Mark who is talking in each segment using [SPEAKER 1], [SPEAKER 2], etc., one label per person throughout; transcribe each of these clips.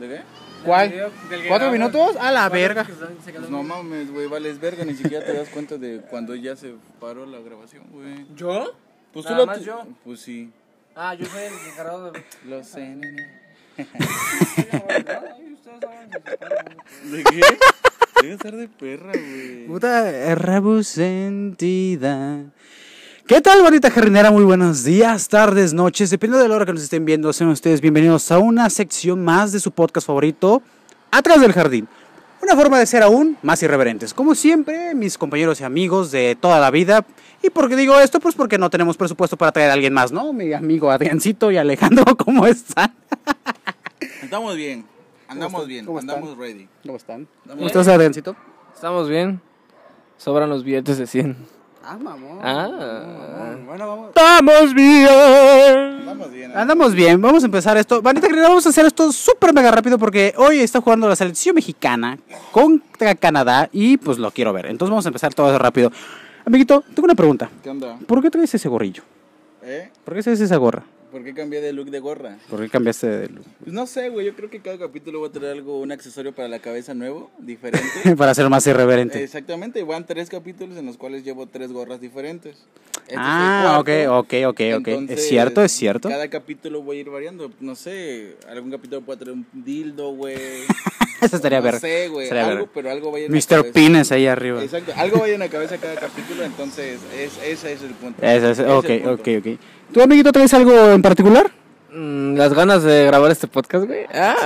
[SPEAKER 1] ¿De qué?
[SPEAKER 2] ¿Cuál?
[SPEAKER 3] video del que
[SPEAKER 2] ¿Cuatro
[SPEAKER 3] grabó.
[SPEAKER 2] minutos? A la
[SPEAKER 3] Cuatro
[SPEAKER 2] verga.
[SPEAKER 3] que son- se
[SPEAKER 1] Pues
[SPEAKER 3] quedaron-
[SPEAKER 1] no mames, güey, vales verga, ni siquiera te das cuenta de cuando ya se paró la grabación, güey.
[SPEAKER 3] ¿Yo?
[SPEAKER 1] Pues
[SPEAKER 3] Nada
[SPEAKER 1] lo
[SPEAKER 3] más
[SPEAKER 1] tu-
[SPEAKER 3] yo.
[SPEAKER 1] Pues sí.
[SPEAKER 3] Ah, yo soy el encargado de.
[SPEAKER 1] Lo sé, nene.
[SPEAKER 3] Ay, ustedes saben que se paran, ¿no?
[SPEAKER 1] ¿De qué? Debe ser de perra, güey.
[SPEAKER 2] Puta rabusentida. ¿Qué tal, bonita jardinera? Muy buenos días, tardes, noches. Dependiendo de la hora que nos estén viendo, sean ustedes bienvenidos a una sección más de su podcast favorito, Atrás del Jardín. Una forma de ser aún más irreverentes. Como siempre, mis compañeros y amigos de toda la vida. ¿Y por qué digo esto? Pues porque no tenemos presupuesto para traer a alguien más, ¿no? Mi amigo Adriancito y Alejandro, ¿cómo están?
[SPEAKER 1] Estamos bien. Andamos
[SPEAKER 2] están?
[SPEAKER 1] bien,
[SPEAKER 2] ¿Cómo están?
[SPEAKER 1] andamos ready.
[SPEAKER 2] ¿Cómo están? ¿Cómo
[SPEAKER 1] Bien.
[SPEAKER 2] estás, Adriancito?
[SPEAKER 3] Estamos bien. Sobran los billetes de 100.
[SPEAKER 2] Ah, mamón.
[SPEAKER 3] Ah.
[SPEAKER 2] mamón. Bueno, vamos.
[SPEAKER 3] ¡Estamos bien!
[SPEAKER 1] Andamos bien.
[SPEAKER 2] Andamos bien, vamos a empezar esto. Vanita querida, vamos a hacer esto súper mega rápido porque hoy está jugando la selección mexicana contra Canadá y pues lo quiero ver. Entonces vamos a empezar todo eso rápido. Amiguito, tengo una pregunta.
[SPEAKER 1] ¿Qué onda?
[SPEAKER 2] ¿Por qué traes ese gorrillo?
[SPEAKER 1] ¿Eh?
[SPEAKER 2] ¿Por qué traes esa gorra?
[SPEAKER 1] ¿Por qué cambié de look de gorra?
[SPEAKER 2] ¿Por qué cambiaste de look?
[SPEAKER 1] Pues no sé, güey. Yo creo que cada capítulo voy a traer algo, un accesorio para la cabeza nuevo, diferente.
[SPEAKER 2] Para ser más irreverente.
[SPEAKER 1] Exactamente, van tres capítulos en los cuales llevo tres gorras diferentes. Este es el
[SPEAKER 2] ah, ok,
[SPEAKER 1] cuarto.
[SPEAKER 2] ok, ok, ok.
[SPEAKER 1] Entonces,
[SPEAKER 2] es cierto, es cierto.
[SPEAKER 1] Cada capítulo voy a ir variando. No sé, algún capítulo puede traer un dildo, güey.
[SPEAKER 2] Eso estaría
[SPEAKER 1] no
[SPEAKER 2] verga.
[SPEAKER 1] sé, güey.
[SPEAKER 2] estaría
[SPEAKER 1] Algo,
[SPEAKER 2] verga.
[SPEAKER 1] pero algo vaya en la
[SPEAKER 2] Mr.
[SPEAKER 1] cabeza.
[SPEAKER 2] Pines ahí arriba.
[SPEAKER 1] Exacto, algo vaya en la cabeza cada capítulo. Entonces, es, ese es el punto.
[SPEAKER 2] Eso es-
[SPEAKER 1] Ese es el
[SPEAKER 2] ok,
[SPEAKER 1] punto.
[SPEAKER 2] ok, ok. ¿Tú, amiguito, traes algo en particular?
[SPEAKER 3] Mm, Las ganas de grabar este podcast, güey. Ah.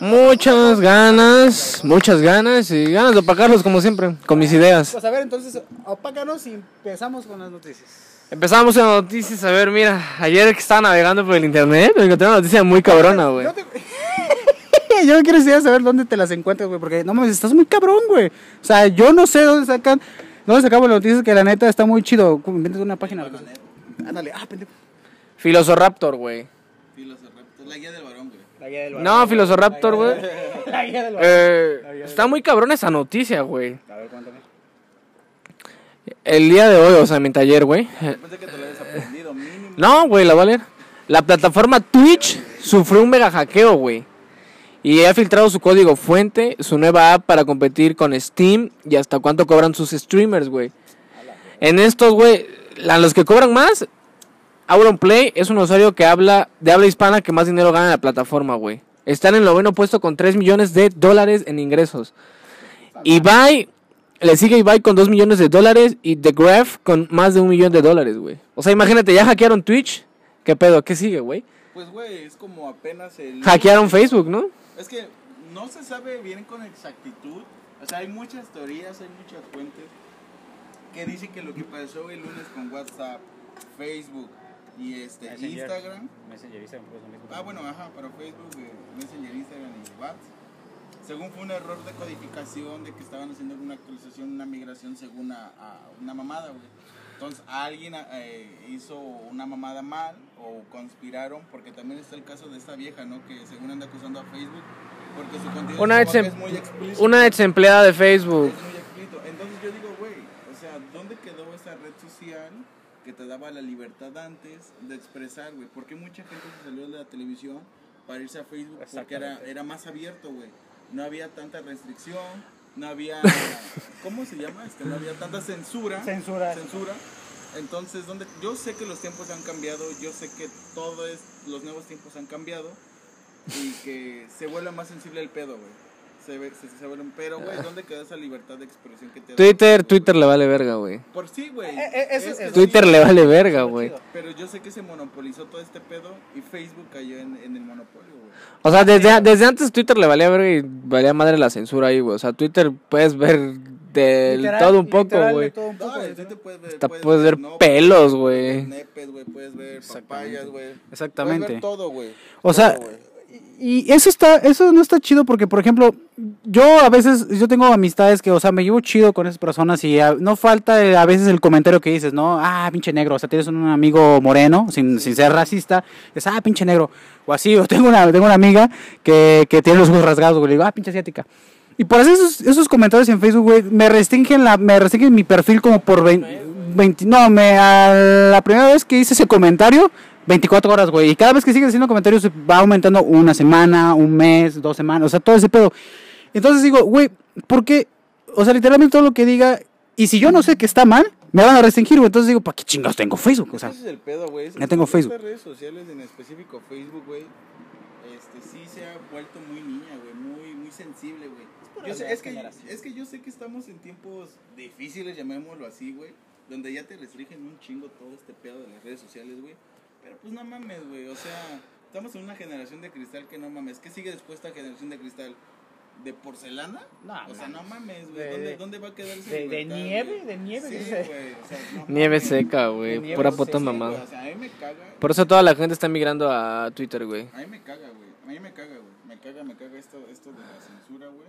[SPEAKER 3] Muchas ganas, muchas ganas y ganas de pagarlos como siempre, con mis ideas.
[SPEAKER 2] Pues a ver, entonces, apáganos y empezamos con las noticias.
[SPEAKER 3] Empezamos en noticias, a ver, mira, ayer que estaba navegando por el internet, me encontré una noticia muy cabrona, güey.
[SPEAKER 2] Yo, te- yo quiero saber dónde te las encuentras, güey, porque no mames, estás muy cabrón, güey. O sea, yo no sé dónde sacan, dónde sacamos las noticias que la neta está muy chido. Inventas una página. güey. Ándale, ah, pendejo.
[SPEAKER 3] Filosoraptor, güey.
[SPEAKER 1] Filosoraptor, Pues, la guía del varón, güey.
[SPEAKER 2] La guía del
[SPEAKER 3] No, Filosoraptor, güey.
[SPEAKER 2] La guía del
[SPEAKER 3] Eh, está muy cabrona esa noticia, güey.
[SPEAKER 2] A ver, cuéntame.
[SPEAKER 3] El día de hoy, o sea, en mi taller, güey.
[SPEAKER 1] Pensé que te lo habías aprendido, mínimo.
[SPEAKER 3] No, güey, la va a leer. La plataforma Twitch sufrió un mega hackeo, güey. Y ha filtrado su código fuente, su nueva app para competir con Steam y hasta cuánto cobran sus streamers, güey. En estos, güey, a los que cobran más, Auronplay es un usuario que habla de habla hispana que más dinero gana en la plataforma, güey. Están en el noveno puesto con 3 millones de dólares en ingresos. Ibai, le sigue Ibai con 2 millones de dólares y The Graph con más de un millón de dólares, güey. O sea, imagínate, ya hackearon Twitch. ¿Qué pedo? ¿Qué sigue, güey?
[SPEAKER 1] Pues, güey, es como apenas el.
[SPEAKER 3] Hackearon Facebook, ¿no?
[SPEAKER 1] Es que no se sabe bien con exactitud. O sea, hay muchas teorías, hay muchas fuentes que dicen que lo que pasó el lunes con WhatsApp, Facebook y este Instagram. Ah, bueno, ajá, para Facebook, eh, Messenger, Instagram y WhatsApp. Según fue un error de codificación de que estaban haciendo una actualización, una migración según a, a una mamada, güey. Entonces alguien eh, hizo una mamada mal o conspiraron, porque también está el caso de esta vieja, ¿no? Que según anda acusando a Facebook, porque su contenido
[SPEAKER 3] Una
[SPEAKER 1] como
[SPEAKER 3] ex,
[SPEAKER 1] que es muy explícito.
[SPEAKER 3] una ex empleada de Facebook.
[SPEAKER 1] Es muy explícito. Entonces yo digo, güey, o sea, ¿dónde quedó esa red social que te daba la libertad antes de expresar, güey? ¿Por qué mucha gente se salió de la televisión para irse a Facebook? Porque era, era más abierto, güey. No había tanta restricción, no había... ¿Cómo se llama? Es que no había tanta censura.
[SPEAKER 2] Censura.
[SPEAKER 1] Censura. Entonces, ¿dónde? yo sé que los tiempos han cambiado, yo sé que todos los nuevos tiempos han cambiado y que se vuelve más sensible el pedo, güey. Se, ve- se, se vuelve un pero, güey, ¿dónde queda esa libertad de expresión que te da
[SPEAKER 3] Twitter,
[SPEAKER 1] Facebook, güey?
[SPEAKER 3] Twitter le vale verga, güey.
[SPEAKER 1] Por sí, güey.
[SPEAKER 2] Eh, eh, eso-
[SPEAKER 1] que
[SPEAKER 2] eso-
[SPEAKER 3] Twitter
[SPEAKER 1] sí,
[SPEAKER 3] le vale verga, güey.
[SPEAKER 1] Pero yo sé que se monopolizó todo este pedo y Facebook cayó en, en el monopolio, güey.
[SPEAKER 3] O sea, desde, desde antes Twitter le valía verga y valía madre la censura ahí, güey. O sea, Twitter puedes ver del todo un poco, güey.
[SPEAKER 1] No, en Twitter puedes ver,
[SPEAKER 3] Hasta puedes ver pelos, güey.
[SPEAKER 1] nepes, güey, puedes ver papayas, güey.
[SPEAKER 2] Exactamente.
[SPEAKER 1] Puedes ver todo, güey.
[SPEAKER 2] O sea,
[SPEAKER 1] Todo, güey.
[SPEAKER 2] y y eso está, eso no está chido porque, por ejemplo, yo a veces, yo tengo amistades que, o sea, me llevo chido con esas personas y ah, no falta eh, a veces el comentario que dices, ¿no? Ah, pinche negro, o sea, tienes un amigo moreno, sin, sin ser racista, es, ah, pinche negro, o así, o tengo una, tengo una amiga que, que tiene los ojos rasgados, güey, le digo, ah, pinche asiática. Y por hacer esos, esos comentarios en Facebook, güey, me restringen, la, me restringen mi perfil como por vein- 20, 20 no, me, a la primera vez que hice ese comentario, 24 horas, güey. Y cada vez que siguen haciendo comentarios va aumentando una semana, un mes, dos semanas, o sea, todo ese pedo. Entonces digo, güey, ¿por qué? O sea, literalmente todo lo que diga, y si yo no sé que está mal, me van a restringir, güey. Entonces digo, ¿para qué chingados tengo Facebook? O sea,
[SPEAKER 1] Ese es el pedo, güey. Es
[SPEAKER 2] ya tengo
[SPEAKER 1] que estas
[SPEAKER 2] Facebook.
[SPEAKER 1] redes sociales, en específico Facebook, güey, este, sí se ha vuelto muy niña, güey, muy, muy sensible, güey. Yo sé- Es, que, es que yo sé que estamos en tiempos difíciles, llamémoslo así, güey, donde ya te restringen un chingo todo este pedo de las redes sociales, güey. Pero pues no mames, güey, o sea, estamos en una generación de cristal que no mames. ¿Qué sigue después de esta generación de cristal? ¿De porcelana?
[SPEAKER 4] No,
[SPEAKER 1] o sea,
[SPEAKER 4] mames.
[SPEAKER 1] no mames,
[SPEAKER 4] De-
[SPEAKER 1] güey. ¿Dónde,
[SPEAKER 4] de-
[SPEAKER 1] dónde va a quedar esa
[SPEAKER 4] de- de
[SPEAKER 1] libertad,
[SPEAKER 4] nieve,
[SPEAKER 1] güey?
[SPEAKER 4] de nieve,
[SPEAKER 1] Sí,
[SPEAKER 4] dice.
[SPEAKER 1] güey, o sea, no
[SPEAKER 3] Nieve
[SPEAKER 1] mames.
[SPEAKER 3] seca,
[SPEAKER 4] De
[SPEAKER 3] güey.
[SPEAKER 4] nieve
[SPEAKER 3] Pura
[SPEAKER 4] seca,
[SPEAKER 3] puta
[SPEAKER 1] Sí, güey,
[SPEAKER 3] mamada.
[SPEAKER 1] o sea, a mí me caga.
[SPEAKER 3] Por eso toda la gente está migrando a Twitter, güey.
[SPEAKER 1] A mí me caga, güey. A mí me caga, güey. Me caga, me caga esto, esto de la censura, güey.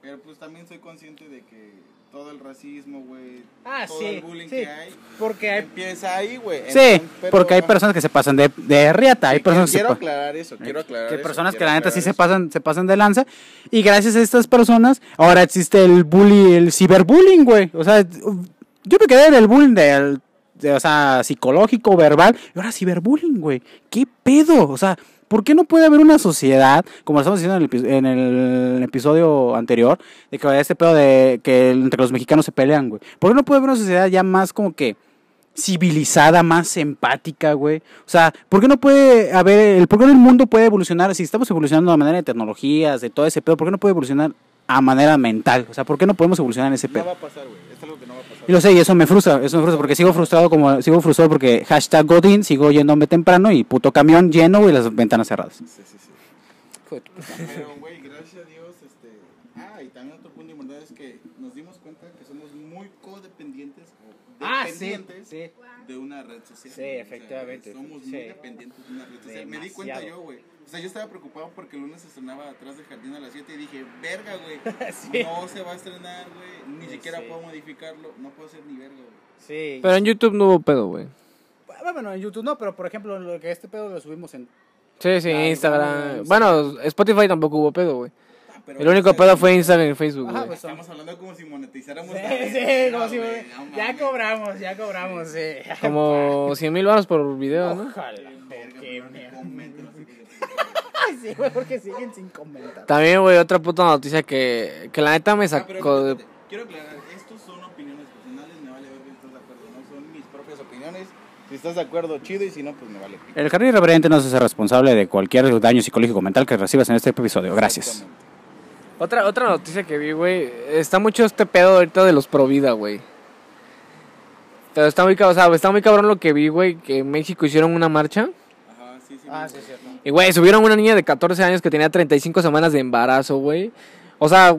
[SPEAKER 1] Pero pues también soy consciente de que todo el racismo, güey.
[SPEAKER 4] Ah,
[SPEAKER 1] todo
[SPEAKER 4] sí,
[SPEAKER 1] el bullying
[SPEAKER 4] sí.
[SPEAKER 1] que hay.
[SPEAKER 4] Porque hay
[SPEAKER 1] Empieza ahí, güey.
[SPEAKER 2] Sí,
[SPEAKER 1] Entonces, pero-
[SPEAKER 2] porque hay personas que se pasan de, de riata, hay
[SPEAKER 1] Que
[SPEAKER 2] personas que se
[SPEAKER 1] Quiero
[SPEAKER 2] pa- Eh,
[SPEAKER 1] aclarar eso, quiero aclarar
[SPEAKER 2] que
[SPEAKER 1] eso,
[SPEAKER 2] personas que
[SPEAKER 1] quiero
[SPEAKER 2] la neta sí
[SPEAKER 1] aclarar
[SPEAKER 2] se pasan, se pasan de lanza. Y gracias a estas personas, ahora existe el bullying, el ciberbullying, güey. O sea, yo me quedé en el bullying del, de, o sea, psicológico, verbal, y ahora ciberbullying, güey. ¿Qué pedo? O sea, ¿por qué no puede haber una sociedad, como lo estamos diciendo en el, epi- en el episodio anterior, de que este pedo de que entre los mexicanos se pelean, güey? ¿Por qué no puede haber una sociedad ya más como que civilizada, más empática, güey. O sea, ¿por qué no puede haber, el, por qué no el mundo puede evolucionar, si estamos evolucionando a manera de tecnologías, de todo ese pedo, ¿por qué no puede evolucionar a manera mental? O sea, ¿por qué no podemos evolucionar en ese
[SPEAKER 1] eso. No
[SPEAKER 2] pedo?
[SPEAKER 1] va a pasar, güey. Es algo que no va a pasar.
[SPEAKER 2] Y lo sé, y eso me frustra, eso me frustra, porque sigo frustrado como, sigo frustrado porque hashtag Godín, sigo yéndome temprano y puto camión lleno y las ventanas cerradas.
[SPEAKER 1] Sí, sí, sí. Pero, güey, gracias a Dios, este... Ah, y también otro punto importante es que nos dimos cuenta que somos muy codependientes o
[SPEAKER 4] Ah, sí,
[SPEAKER 1] dependientes
[SPEAKER 4] sí.
[SPEAKER 1] de una red social.
[SPEAKER 4] Sí,
[SPEAKER 1] güey. O sea,
[SPEAKER 4] efectivamente,
[SPEAKER 1] somos
[SPEAKER 4] sí.
[SPEAKER 1] muy dependientes de una red social. Me di
[SPEAKER 4] Demasiado.
[SPEAKER 1] cuenta yo, güey. O sea, yo estaba preocupado porque el lunes se estrenaba atrás de Jardín a las 7 y dije, verga, güey.
[SPEAKER 4] Sí.
[SPEAKER 1] No se va a estrenar, güey. Ni
[SPEAKER 4] Sí,
[SPEAKER 1] siquiera
[SPEAKER 4] sí.
[SPEAKER 1] puedo modificarlo. No puedo hacer ni verga, güey.
[SPEAKER 4] Sí.
[SPEAKER 3] Pero en YouTube no hubo pedo, güey.
[SPEAKER 4] Bueno, en YouTube no, pero por ejemplo, lo que este pedo lo subimos en.
[SPEAKER 3] Sí, sí,
[SPEAKER 4] Ah,
[SPEAKER 3] Instagram.
[SPEAKER 4] Instagram.
[SPEAKER 3] Bueno, Spotify tampoco hubo pedo, güey.
[SPEAKER 1] Ah, pero-
[SPEAKER 3] El único pedo fue Instagram y Facebook,
[SPEAKER 4] Ajá,
[SPEAKER 3] güey.
[SPEAKER 4] pues son.
[SPEAKER 1] Estamos hablando como si monetizáramos.
[SPEAKER 4] Sí,
[SPEAKER 1] la red
[SPEAKER 4] sí,
[SPEAKER 1] social,
[SPEAKER 4] como si-
[SPEAKER 1] güey. No
[SPEAKER 4] ya
[SPEAKER 1] mames.
[SPEAKER 4] cobramos, ya cobramos, sí.
[SPEAKER 3] Como 100 mil baros por video, ¿no?
[SPEAKER 4] Ojalá.
[SPEAKER 1] Verga,
[SPEAKER 4] qué
[SPEAKER 1] pero ni
[SPEAKER 4] mierda.
[SPEAKER 1] comento, no sé qué decir.
[SPEAKER 4] Ay, sí, güey, porque siguen sin comentar.
[SPEAKER 3] También, güey, otra puta noticia que, que la neta me
[SPEAKER 1] Ah, pero
[SPEAKER 3] sacó de...
[SPEAKER 1] espérate, Quiero aclarar, estos son opiniones personales, me vale ver si estás de acuerdo, no son mis propias opiniones. Si estás de acuerdo, chido, y si no, pues me vale. pico.
[SPEAKER 2] El jardín irreverente no se hace responsable de cualquier daño psicológico mental que recibas en este episodio. Gracias.
[SPEAKER 1] Exactamente.
[SPEAKER 3] Otra, otra noticia que vi, güey. Está mucho este pedo ahorita de los pro vida, güey. Pero está muy, cab- o sea, está muy cabrón lo que vi, güey. Que en México hicieron una marcha.
[SPEAKER 1] Ajá, sí, sí.
[SPEAKER 4] Ah,
[SPEAKER 1] me-
[SPEAKER 4] sí, es cierto.
[SPEAKER 3] Y, güey, subieron una niña de 14 años que tenía 35 semanas de embarazo, güey. O sea,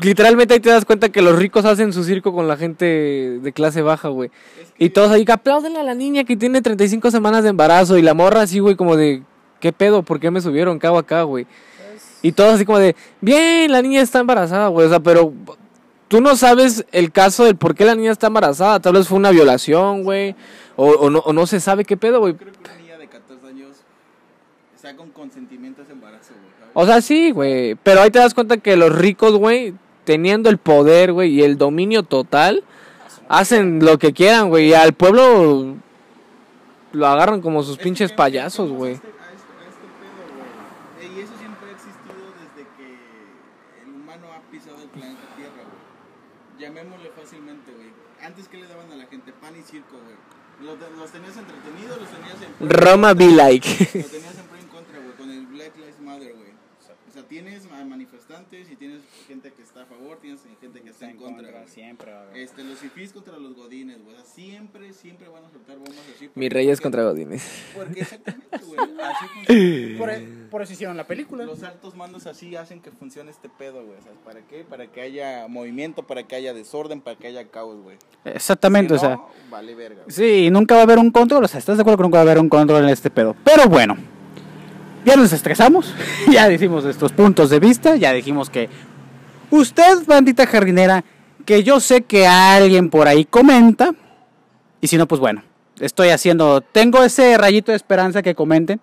[SPEAKER 3] literalmente ahí te das cuenta que los ricos hacen su circo con la gente de clase baja, güey.
[SPEAKER 1] Es que-
[SPEAKER 3] Y todos ahí, que apláudenle a la niña que tiene 35 semanas de embarazo. Y la morra así, güey, como de, ¿qué pedo? ¿Por qué me subieron cabo acá, güey? Y todos así como de, bien, la niña está embarazada, güey. O sea, pero tú no sabes el caso del por qué la niña está embarazada. Tal vez fue una violación, güey. O, o no, o no se sabe qué pedo, güey.
[SPEAKER 1] Yo creo que una niña de 14 años está con consentimiento a ese embarazo, güey. ¿sabes?
[SPEAKER 3] O sea, sí, güey. Pero ahí te das cuenta que los ricos, güey, teniendo el poder, güey, y el dominio total, hacen lo que quieran, güey. Y al pueblo lo agarran como sus
[SPEAKER 1] Es que
[SPEAKER 3] pinches
[SPEAKER 1] vemos-
[SPEAKER 3] payasos,
[SPEAKER 1] vemos
[SPEAKER 3] güey.
[SPEAKER 1] este- a este- a este pedo, güey. Eh, Y eso siempre ha existido desde que el humano ha pisado el planeta Tierra, güey. Llamémosle fácilmente, güey. Antes que le daban a la gente pan y circo, güey. Los, de- los tenías entretenidos, los tenías en...
[SPEAKER 3] Roma be like.
[SPEAKER 1] Lo tenías siempre en contra, güey, con el Black Lives Matter, güey. O sea, tienes a manifestantes y tienes gente que está a favor, tienes gente que está en contra. güey.
[SPEAKER 4] siempre. güey.
[SPEAKER 1] Este, los hippies contra los godines, güey. O sea, siempre, siempre van a soltar bombas así.
[SPEAKER 3] Mi
[SPEAKER 1] porque-
[SPEAKER 3] reyes contra Godines.
[SPEAKER 1] Porque exactamente, güey. Así funciona.
[SPEAKER 4] Por, e- por eso hicieron la película.
[SPEAKER 1] Los altos mandos así hacen que funcione este pedo, güey. O sea, ¿para qué? Para que haya movimiento, para que haya desorden, para que haya caos, güey.
[SPEAKER 2] Exactamente, o
[SPEAKER 1] Si no,
[SPEAKER 2] sea.
[SPEAKER 1] Vale verga, güey.
[SPEAKER 2] Sí, nunca va a haber un control. O sea, ¿estás de acuerdo que nunca va a haber un control en este pedo? Pero bueno, ya nos estresamos. ya dijimos estos puntos de vista. Ya dijimos que usted, bandita jardinera, que yo sé que alguien por ahí comenta. Y si no, pues bueno, estoy haciendo. Tengo ese rayito de esperanza que comenten.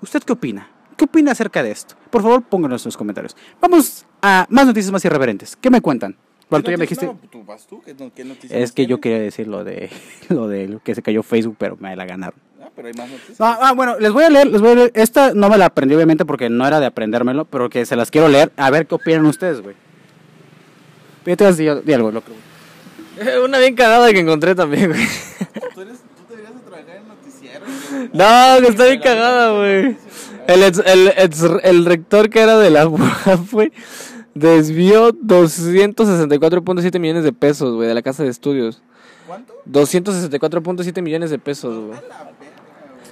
[SPEAKER 2] ¿Usted qué opina? ¿Qué opina acerca de esto? Por favor, pónganos en los comentarios. Vamos a más noticias más irreverentes. ¿Qué me cuentan? Bueno, tú
[SPEAKER 1] ¿Qué
[SPEAKER 2] ya me
[SPEAKER 1] noticia?
[SPEAKER 2] dijiste.
[SPEAKER 1] No, pues, tú vas tú, que no, que noticias
[SPEAKER 2] Es que yo
[SPEAKER 1] tienes?
[SPEAKER 2] quería decir lo de lo de que se cayó Facebook, pero me la ganaron.
[SPEAKER 1] Ah, pero hay más noticias.
[SPEAKER 2] Ah, ah, bueno, les voy a leer, les voy a leer. Esta no me la aprendí obviamente porque no era de aprendérmelo, pero que se las quiero leer a ver qué opinan ustedes, güey. Yo te voy a decir algo, loco.
[SPEAKER 3] Una bien cagada que encontré también, güey.
[SPEAKER 1] Tú, eres, tú deberías de trabajar en noticieros. güey.
[SPEAKER 3] No, que está bien cagada, güey. El, ex- el, ex- el rector que era de la UAP, güey, desvió 264.7 millones de pesos, güey, de la casa de estudios.
[SPEAKER 1] ¿Cuánto?
[SPEAKER 3] 264.7 millones de pesos, güey.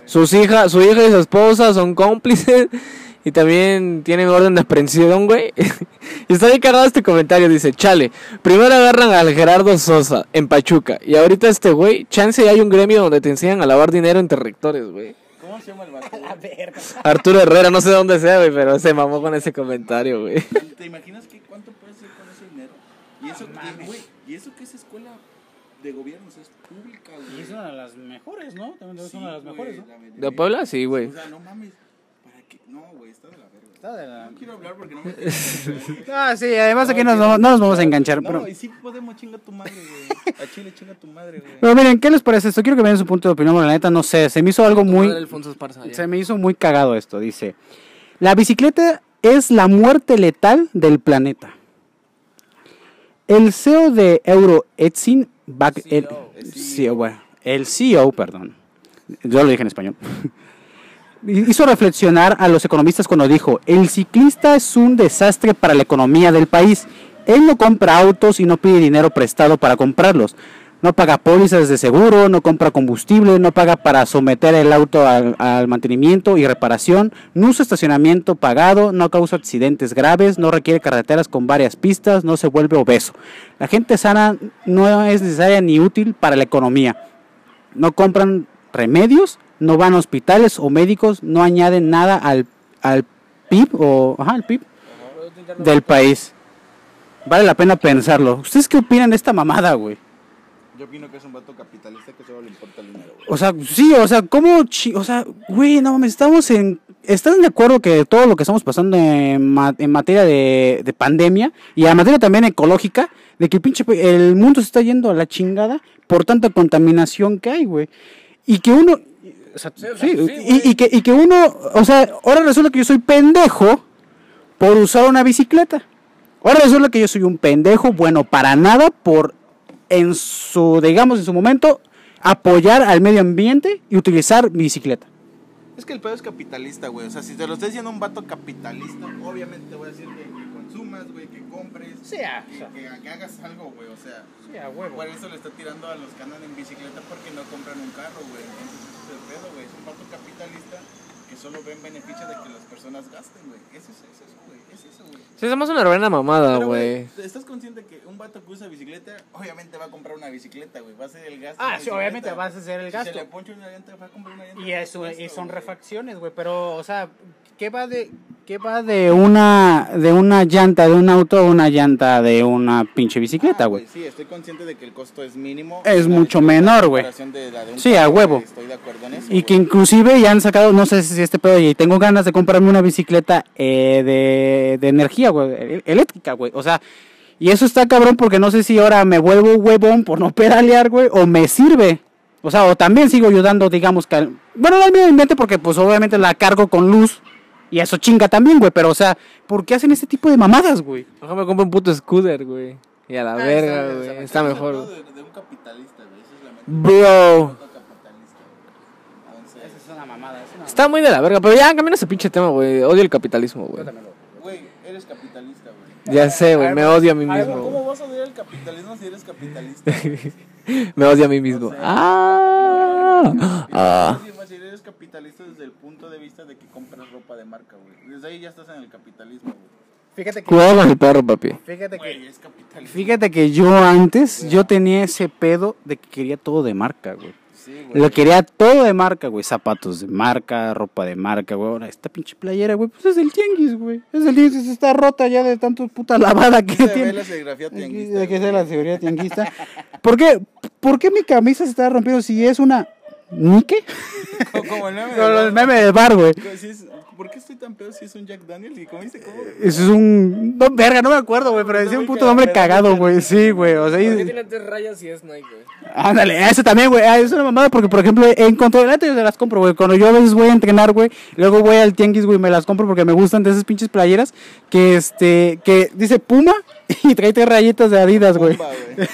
[SPEAKER 3] Sus hija, su hija y su esposa son cómplices y también tienen orden de aprehensión, güey. y está bien cagado este comentario, dice, chale, primero agarran al Gerardo Sosa en Pachuca y ahorita este güey, chance y hay un gremio donde te enseñan a lavar dinero entre rectores, güey.
[SPEAKER 1] ¿Cómo se llama el vato? güey?
[SPEAKER 3] Arturo Herrera, no sé de dónde sea, güey, pero se mamó con ese comentario, güey.
[SPEAKER 1] ¿Te imaginas que cuánto puedes hacer con ese dinero? Y eso, que, güey, y eso que esa escuela de gobiernos es pública, güey.
[SPEAKER 4] Y es una de las mejores, ¿no? También es
[SPEAKER 1] Sí,
[SPEAKER 4] una de las
[SPEAKER 1] güey,
[SPEAKER 4] mejores, ¿no?
[SPEAKER 1] la mayoría.
[SPEAKER 3] ¿De Puebla? Sí, güey.
[SPEAKER 1] O sea, no mames. ¿Para qué? No, güey, está de la verga.
[SPEAKER 4] Está de la-
[SPEAKER 1] No quiero hablar porque no me. no,
[SPEAKER 2] Ah, sí, además aquí nos, no nos vamos a enganchar, pero
[SPEAKER 1] y sí podemos chingar tu madre, güey. A Chile chinga tu madre, güey.
[SPEAKER 2] Pero miren, ¿qué les parece esto? Quiero que me den su punto de opinión, porque la neta, no sé, se me hizo algo muy...
[SPEAKER 3] Alfonso Esparza, ya.
[SPEAKER 2] Se me hizo muy cagado esto, dice. La bicicleta es la muerte letal del planeta. El CEO de Euro Etzin Back- el, E CEO, bueno, el CEO, perdón. Yo lo dije en español. Hizo reflexionar a los economistas cuando dijo, el ciclista es un desastre para la economía del país. Él no compra autos y no pide dinero prestado para comprarlos. No paga pólizas de seguro, no compra combustible, no paga para someter el auto al, al mantenimiento y reparación, no usa estacionamiento pagado, no causa accidentes graves, no requiere carreteras con varias pistas, no se vuelve obeso. La gente sana no es necesaria ni útil para la economía no compran remedios, no van a hospitales o médicos, no añaden nada al, al PIB o ajá, al PIB del país. Vale la pena pensarlo. ¿Ustedes qué opinan de esta mamada, güey?
[SPEAKER 1] Yo opino que es un vato capitalista que solo le importa el dinero, güey.
[SPEAKER 2] O sea, sí, o sea, ¿cómo? chi- o sea, güey, no mames, estamos en... ¿Están de acuerdo que todo lo que estamos pasando en, ma- en materia de, de pandemia y en materia también ecológica, de que el pinche... pe- El mundo se está yendo a la chingada por tanta contaminación que hay, güey? Y que uno... o sea, sí, y, y que, y que uno... O sea, ahora resulta que yo soy pendejo por usar una bicicleta. Ahora resulta que yo soy un pendejo, bueno, para nada, por en su, digamos, en su momento, apoyar al medio ambiente y utilizar bicicleta.
[SPEAKER 1] Es que el pedo es capitalista, güey. O sea, si te lo está diciendo un vato capitalista, obviamente te voy a decir que, que consumas, güey, que compres,
[SPEAKER 4] Sí, ah, o sea,
[SPEAKER 1] que, que hagas algo, güey. O sea,
[SPEAKER 4] sí, a huevo.
[SPEAKER 1] por eso le está tirando a los que andan en bicicleta porque no compran un carro, güey. Entonces, ese es el pedo, güey. Es un vato capitalista que solo ven beneficio de que las personas gasten, güey. Eso es es eso, güey. Es eso, güey.
[SPEAKER 3] Se llama una revena
[SPEAKER 2] Ah,
[SPEAKER 3] mamada,
[SPEAKER 1] Pero,
[SPEAKER 3] güey.
[SPEAKER 1] ¿Estás consciente que un vato que usa bicicleta, obviamente va a comprar una bicicleta, güey? Va a ser el gasto.
[SPEAKER 4] Ah,
[SPEAKER 1] de
[SPEAKER 4] sí, obviamente
[SPEAKER 1] bicicleta.
[SPEAKER 4] vas a hacer el
[SPEAKER 1] Si se le
[SPEAKER 4] gasto.
[SPEAKER 1] poncha una llanta, va a comprar una llanta.
[SPEAKER 4] Y, eso, y
[SPEAKER 1] Gasto,
[SPEAKER 4] son
[SPEAKER 1] güey.
[SPEAKER 4] refacciones, güey. Pero, o sea, ¿qué va de...?
[SPEAKER 2] ¿Qué va de una, de una llanta de un auto a una llanta de una pinche bicicleta,
[SPEAKER 1] Ah,
[SPEAKER 2] güey?
[SPEAKER 1] Sí, estoy consciente de que el costo es mínimo.
[SPEAKER 2] Es
[SPEAKER 1] La
[SPEAKER 2] mucho
[SPEAKER 1] bicicleta,
[SPEAKER 2] menor,
[SPEAKER 1] en
[SPEAKER 2] güey.
[SPEAKER 1] comparación de la de un
[SPEAKER 2] Sí,
[SPEAKER 1] carro,
[SPEAKER 2] a huevo.
[SPEAKER 1] güey, Estoy de acuerdo en eso.
[SPEAKER 2] Y
[SPEAKER 1] güey.
[SPEAKER 2] que inclusive ya han sacado, no sé si este pedo, y tengo ganas de comprarme una bicicleta eh, de, de energía, güey, el- eléctrica, güey. O sea, y eso está cabrón porque no sé si ahora me vuelvo huevón por no pedalear, güey, o me sirve. O sea, o también sigo ayudando, digamos, que al- bueno, no al medio ambiente porque pues obviamente la cargo con luz y eso chinga también, güey, pero o sea, ¿por qué hacen este tipo de mamadas, güey?
[SPEAKER 3] Ojalá me compre un puto scooter, güey. Y a la
[SPEAKER 1] Ah, está
[SPEAKER 3] verga,
[SPEAKER 1] bien, o sea,
[SPEAKER 3] güey.
[SPEAKER 1] me
[SPEAKER 3] Está
[SPEAKER 1] estoy
[SPEAKER 3] mejor,
[SPEAKER 1] hablando
[SPEAKER 3] güey.
[SPEAKER 1] De, de un capitalista, güey. Eso es la mente
[SPEAKER 3] Bro.
[SPEAKER 1] de un capitalista, güey. Entonces,
[SPEAKER 4] Esa es una mamada, es una
[SPEAKER 3] Está muy de la verga, pero ya cambiaron ese pinche tema, güey. Odio el capitalismo, güey.
[SPEAKER 1] güey, eres capitalista, güey.
[SPEAKER 3] Ya sé, güey, me odio a mí
[SPEAKER 1] A ver,
[SPEAKER 3] mismo.
[SPEAKER 1] ¿Cómo
[SPEAKER 3] güey.
[SPEAKER 1] vas a odiar el capitalismo si eres capitalista? güey?
[SPEAKER 3] Me odio a mí mismo. Ah, ah.
[SPEAKER 1] Sí, más si eres capitalista desde el punto de vista de que compras ropa de marca, güey. Desde ahí ya estás en el capitalismo, güey.
[SPEAKER 4] Fíjate que...
[SPEAKER 3] Cuidado con el perro, papi.
[SPEAKER 4] Fíjate que...
[SPEAKER 1] Güey, es capitalismo.
[SPEAKER 2] Fíjate que yo antes, yo tenía ese pedo de que quería todo de marca, güey.
[SPEAKER 1] Sí, güey.
[SPEAKER 2] Lo quería todo de marca, güey. Zapatos de marca, ropa de marca, güey. Ahora esta pinche playera, güey, pues es del tianguis, güey. Es del tianguis, está rota ya de tanto puta lavada que
[SPEAKER 1] Se ve
[SPEAKER 2] tiene.
[SPEAKER 1] la serigrafía tianguista,
[SPEAKER 2] Aquí- aquí
[SPEAKER 1] güey.
[SPEAKER 2] está la seguridad tianguista. ¿Por qué, ¿Por qué mi camisa se está rompiendo si es una ¿Nike?
[SPEAKER 1] Co- Como el meme.
[SPEAKER 2] Con
[SPEAKER 1] del
[SPEAKER 2] los
[SPEAKER 1] bar.
[SPEAKER 2] memes del bar, güey.
[SPEAKER 1] Co- si es- ¿Por qué estoy tan peor si es un Jack Daniel? ¿Y cómo dice? ¿Cómo?
[SPEAKER 2] Eso es un. No, verga, no me acuerdo, güey, pero decía un puto nombre cagado, güey. Sí, güey. O sea,
[SPEAKER 3] ¿Por qué
[SPEAKER 2] y-
[SPEAKER 3] tiene tres rayas y es Nike, güey?
[SPEAKER 2] ándale, eso también, güey. ah, Es una mamada porque, por ejemplo, en cuanto a la neta, yo se las compro, güey. Cuando yo a veces voy a entrenar, güey, luego voy al tianguis, güey, me las compro porque me gustan de esas pinches playeras que, este, que dice Puma y trae tres rayitas de Adidas, güey.
[SPEAKER 1] Pumba, güey.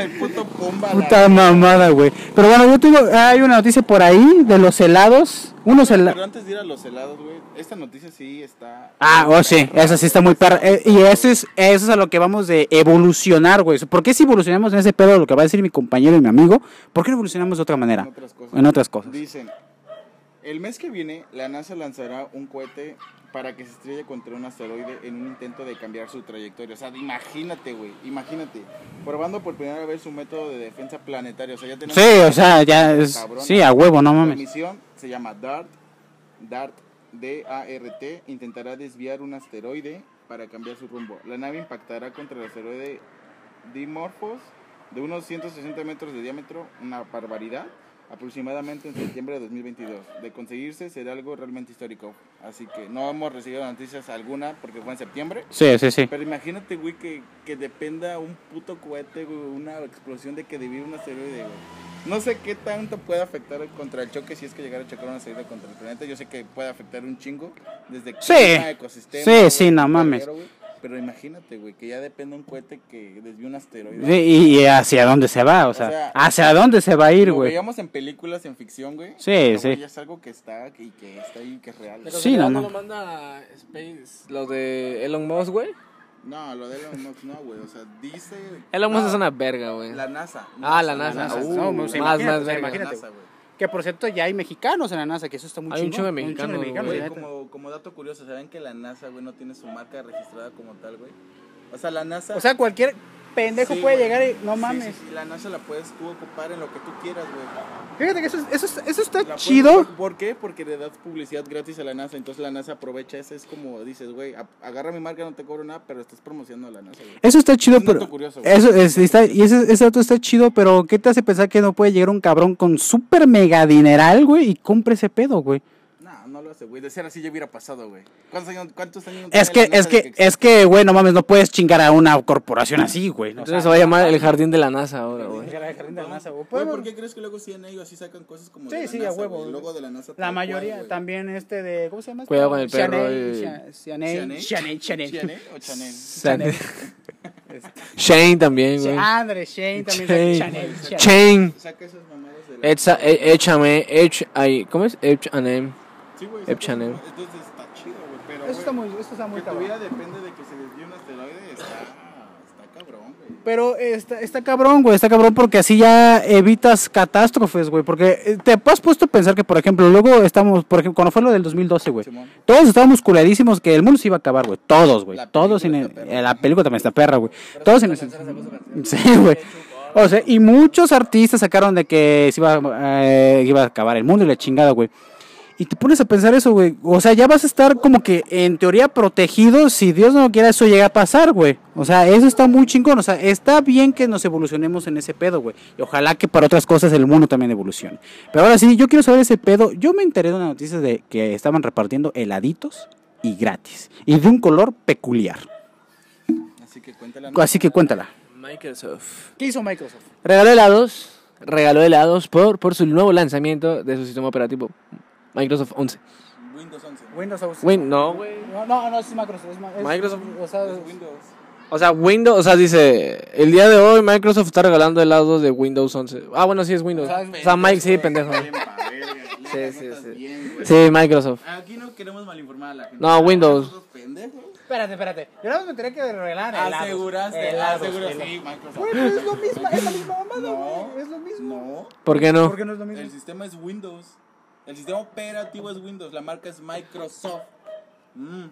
[SPEAKER 1] El puto Pumba. la-
[SPEAKER 2] Puta mamada, güey. Pero bueno, yo tengo, ah, hay una noticia por ahí de los helados. Unos
[SPEAKER 1] Pero
[SPEAKER 2] helados.
[SPEAKER 1] antes de ir a los helados, güey, esta noticia sí está.
[SPEAKER 2] Ah, oh, sí, esa sí está muy perra. Eh, y eso es, eso es a lo que vamos de evolucionar, güey. ¿Por qué si evolucionamos en ese pedo, de lo que va a decir mi compañero y mi amigo, ¿por qué no evolucionamos de otra manera?
[SPEAKER 1] En otras cosas.
[SPEAKER 2] En otras cosas.
[SPEAKER 1] Dicen, el mes que viene la NASA lanzará un cohete para que se estrelle contra un asteroide en un intento de cambiar su trayectoria. O sea, imagínate, güey, imagínate. Probando por primera vez su método de defensa planetaria. O sea, ya tenemos...
[SPEAKER 2] Sí, o sea, ya es.
[SPEAKER 1] Cabrón.
[SPEAKER 2] Sí, a huevo, no
[SPEAKER 1] La
[SPEAKER 2] mames.
[SPEAKER 1] misión se llama DART. DART, D-A-R-T, intentará desviar un asteroide para cambiar su rumbo. La nave impactará contra el asteroide Dimorphos de unos 160 metros de diámetro, una barbaridad, aproximadamente en septiembre de 2022. De conseguirse será algo realmente histórico. Así que no hemos recibido noticias alguna porque fue en septiembre.
[SPEAKER 2] Sí, sí, sí.
[SPEAKER 1] Pero imagínate, güey, que, que dependa un puto cohete, güey, una explosión de que divide un asteroide, güey. No sé qué tanto puede afectar contra el choque si es que llegara a chocar un asteroide contra el planeta. Yo sé que puede afectar un chingo desde
[SPEAKER 2] Sí.
[SPEAKER 1] clima, ecosistema.
[SPEAKER 2] Sí,
[SPEAKER 1] güey,
[SPEAKER 2] sí, no
[SPEAKER 1] un
[SPEAKER 2] mames.
[SPEAKER 1] verguero, güey. Pero imagínate, güey, que ya dependa un cohete que desvíe un asteroide.
[SPEAKER 2] Sí, y, y hacia dónde se va, o
[SPEAKER 1] O sea,
[SPEAKER 2] sea, hacia dónde se va a ir,
[SPEAKER 1] Lo
[SPEAKER 2] güey.
[SPEAKER 1] veíamos en películas, en ficción, güey.
[SPEAKER 2] Sí,
[SPEAKER 1] pero,
[SPEAKER 2] sí.
[SPEAKER 1] güey, ya es algo que está y que está ahí, que es real.
[SPEAKER 3] De
[SPEAKER 2] Sí,
[SPEAKER 3] casualidad,
[SPEAKER 2] no,
[SPEAKER 3] no
[SPEAKER 2] no.
[SPEAKER 3] lo manda Space, los de Elon Musk, güey.
[SPEAKER 1] No, lo de Elon Musk no, güey. O sea, dice...
[SPEAKER 3] Elon Musk
[SPEAKER 1] No,
[SPEAKER 3] es una verga, güey.
[SPEAKER 1] La NASA.
[SPEAKER 3] Ah, la NASA.
[SPEAKER 2] Uh,
[SPEAKER 1] No,
[SPEAKER 2] más,
[SPEAKER 1] imagínate,
[SPEAKER 3] más
[SPEAKER 1] o sea,
[SPEAKER 3] verga.
[SPEAKER 1] imagínate,
[SPEAKER 2] NASA,
[SPEAKER 1] güey.
[SPEAKER 2] Que por cierto, ya hay mexicanos en la NASA, que eso está muy
[SPEAKER 3] Hay un
[SPEAKER 2] chingón.
[SPEAKER 3] chingo de mexicanos,
[SPEAKER 1] Güey,
[SPEAKER 3] la neta.
[SPEAKER 1] como, como dato curioso, ¿saben que la NASA, güey, no tiene su marca registrada como tal, güey? O sea, la NASA...
[SPEAKER 2] O sea, cualquier pendejo
[SPEAKER 1] Sí,
[SPEAKER 2] puede
[SPEAKER 1] güey.
[SPEAKER 2] llegar y. No
[SPEAKER 1] Sí,
[SPEAKER 2] mames.
[SPEAKER 1] sí, sí, la NASA la puedes tú ocupar en lo que tú quieras, güey.
[SPEAKER 2] Fíjate que eso, es- eso, es- eso está
[SPEAKER 1] La
[SPEAKER 2] ¿Ah, chido.
[SPEAKER 1] puedes- ¿Por qué? Porque le das publicidad gratis a la NASA, entonces la NASA aprovecha eso, es como dices, güey, a- agarra mi marca, no te cobro nada, pero estás promocionando a la NASA, güey.
[SPEAKER 2] Eso está chido,
[SPEAKER 1] Es un dato
[SPEAKER 2] pero.
[SPEAKER 1] curioso, güey.
[SPEAKER 2] eso es- está, y ese, ese dato está chido, pero ¿qué te hace pensar que no puede llegar un cabrón con super mega dineral, güey, y compre ese pedo, güey?
[SPEAKER 1] No, no lo hace, güey, de ser así ya hubiera pasado, güey. ¿Cuántos años, cuántos años no
[SPEAKER 2] Es
[SPEAKER 1] tiene
[SPEAKER 2] que,
[SPEAKER 1] la
[SPEAKER 2] es
[SPEAKER 1] NASA de
[SPEAKER 2] que, es que, güey, no mames, no puedes chingar a una corporación así, güey. O sea,
[SPEAKER 3] Entonces se va a llamar el jardín de la NASA ahora, güey.
[SPEAKER 1] existe?
[SPEAKER 4] La jardín de la NASA, güey.
[SPEAKER 1] Güey, ¿por
[SPEAKER 2] pues,
[SPEAKER 4] Podemos-
[SPEAKER 1] qué crees que luego sí en ellos así sacan cosas como
[SPEAKER 4] Sí,
[SPEAKER 1] de la
[SPEAKER 4] sí, a
[SPEAKER 1] NASA,
[SPEAKER 4] huevo,
[SPEAKER 1] güey? El
[SPEAKER 4] güey.
[SPEAKER 1] logo de la NASA.
[SPEAKER 2] la
[SPEAKER 1] tal
[SPEAKER 2] mayoría,
[SPEAKER 1] cual, güey.
[SPEAKER 2] también este de, ¿cómo se llama?
[SPEAKER 3] Cuidado con el perro,
[SPEAKER 2] Chanel,
[SPEAKER 3] el-
[SPEAKER 2] Cha- Chanel,
[SPEAKER 1] Chanel.
[SPEAKER 2] Chanel, Chanel.
[SPEAKER 1] ¿Chanel o Chanel?
[SPEAKER 3] Shane también, güey.
[SPEAKER 2] Andre, Shane, también
[SPEAKER 3] Shane.
[SPEAKER 2] Chanel, Chanel.
[SPEAKER 3] Shane.
[SPEAKER 1] Saca esas mamadas de la...
[SPEAKER 3] Etsa- e- Échame, H, ay, ¿cómo es? H and
[SPEAKER 1] Sí, güey.
[SPEAKER 3] Ep
[SPEAKER 1] saca
[SPEAKER 3] Chanel.
[SPEAKER 1] esas- Entonces está chido, güey, pero...
[SPEAKER 4] Eso está muy, eso está muy
[SPEAKER 1] Que tu
[SPEAKER 4] cabrón.
[SPEAKER 1] vida depende de que se desvíe un asteroide, está... Está cabrón, güey.
[SPEAKER 2] Pero está, está cabrón, güey, está cabrón porque así ya evitas catástrofes, güey, porque eh, te has puesto a pensar que, por ejemplo, luego estamos, por ejemplo, cuando fue lo del 2012, güey,
[SPEAKER 1] Simón.
[SPEAKER 2] todos estábamos curadísimos que el mundo se iba a acabar, güey, todos, güey,
[SPEAKER 1] La
[SPEAKER 2] todos en
[SPEAKER 1] película
[SPEAKER 2] el-
[SPEAKER 1] está
[SPEAKER 2] eh, la película también está perra, güey, todos en el- sí, güey, o sea, y muchos artistas sacaron de que se iba, eh, iba a acabar el mundo y la chingada, güey. Y te pones a pensar eso, güey. O sea, ya vas a estar como que en teoría protegido si Dios no quiera eso llega a pasar, güey. O sea, eso está muy chingón. O sea, está bien que nos evolucionemos en ese pedo, güey. Y ojalá que para otras cosas el mundo también evolucione. Pero ahora sí, yo quiero saber ese pedo. Yo me enteré de una noticia de que estaban repartiendo heladitos y gratis. Y de un color peculiar.
[SPEAKER 1] Así que cuéntala.
[SPEAKER 2] Así que cuéntala.
[SPEAKER 3] Microsoft.
[SPEAKER 4] ¿Qué hizo Microsoft?
[SPEAKER 3] Regaló helados. Regaló helados por, por su nuevo lanzamiento de su sistema operativo. Microsoft 11.
[SPEAKER 1] Windows 11.
[SPEAKER 4] Windows OS.
[SPEAKER 3] Güey, no, güey.
[SPEAKER 4] No, no, no, es Microsoft. es ma- es-
[SPEAKER 3] Microsoft.
[SPEAKER 4] O sea,
[SPEAKER 1] Es
[SPEAKER 4] es-
[SPEAKER 1] Windows.
[SPEAKER 3] O sea, Windows, o sea, dice, el día de hoy Microsoft está regalando helados de Windows 11. Ah, bueno, sí es Windows. O sea, Mike, sí, pendejo.
[SPEAKER 1] Bien, pa' verga, neta,
[SPEAKER 3] sí,
[SPEAKER 1] no estás
[SPEAKER 3] sí.
[SPEAKER 1] bien, güey.
[SPEAKER 3] Sí, Microsoft.
[SPEAKER 1] Aquí no queremos malinformar a la gente.
[SPEAKER 3] No, Windows.
[SPEAKER 1] Esos pendejos.
[SPEAKER 4] espérate, espérate. Yo nada más me enteré que regalaban helados.
[SPEAKER 1] Aseguraste.
[SPEAKER 4] Helados,
[SPEAKER 1] aseguraste.
[SPEAKER 4] helados.
[SPEAKER 1] Sí, Microsoft.
[SPEAKER 4] Güey, pero es lo mismo, es la misma mamada,
[SPEAKER 1] No.
[SPEAKER 4] güey. Es lo mismo.
[SPEAKER 1] No.
[SPEAKER 3] ¿Por qué no?
[SPEAKER 4] ¿Por qué no es lo mismo?
[SPEAKER 1] El sistema es Windows. El sistema operativo es Windows. La marca es Microsoft. Mm.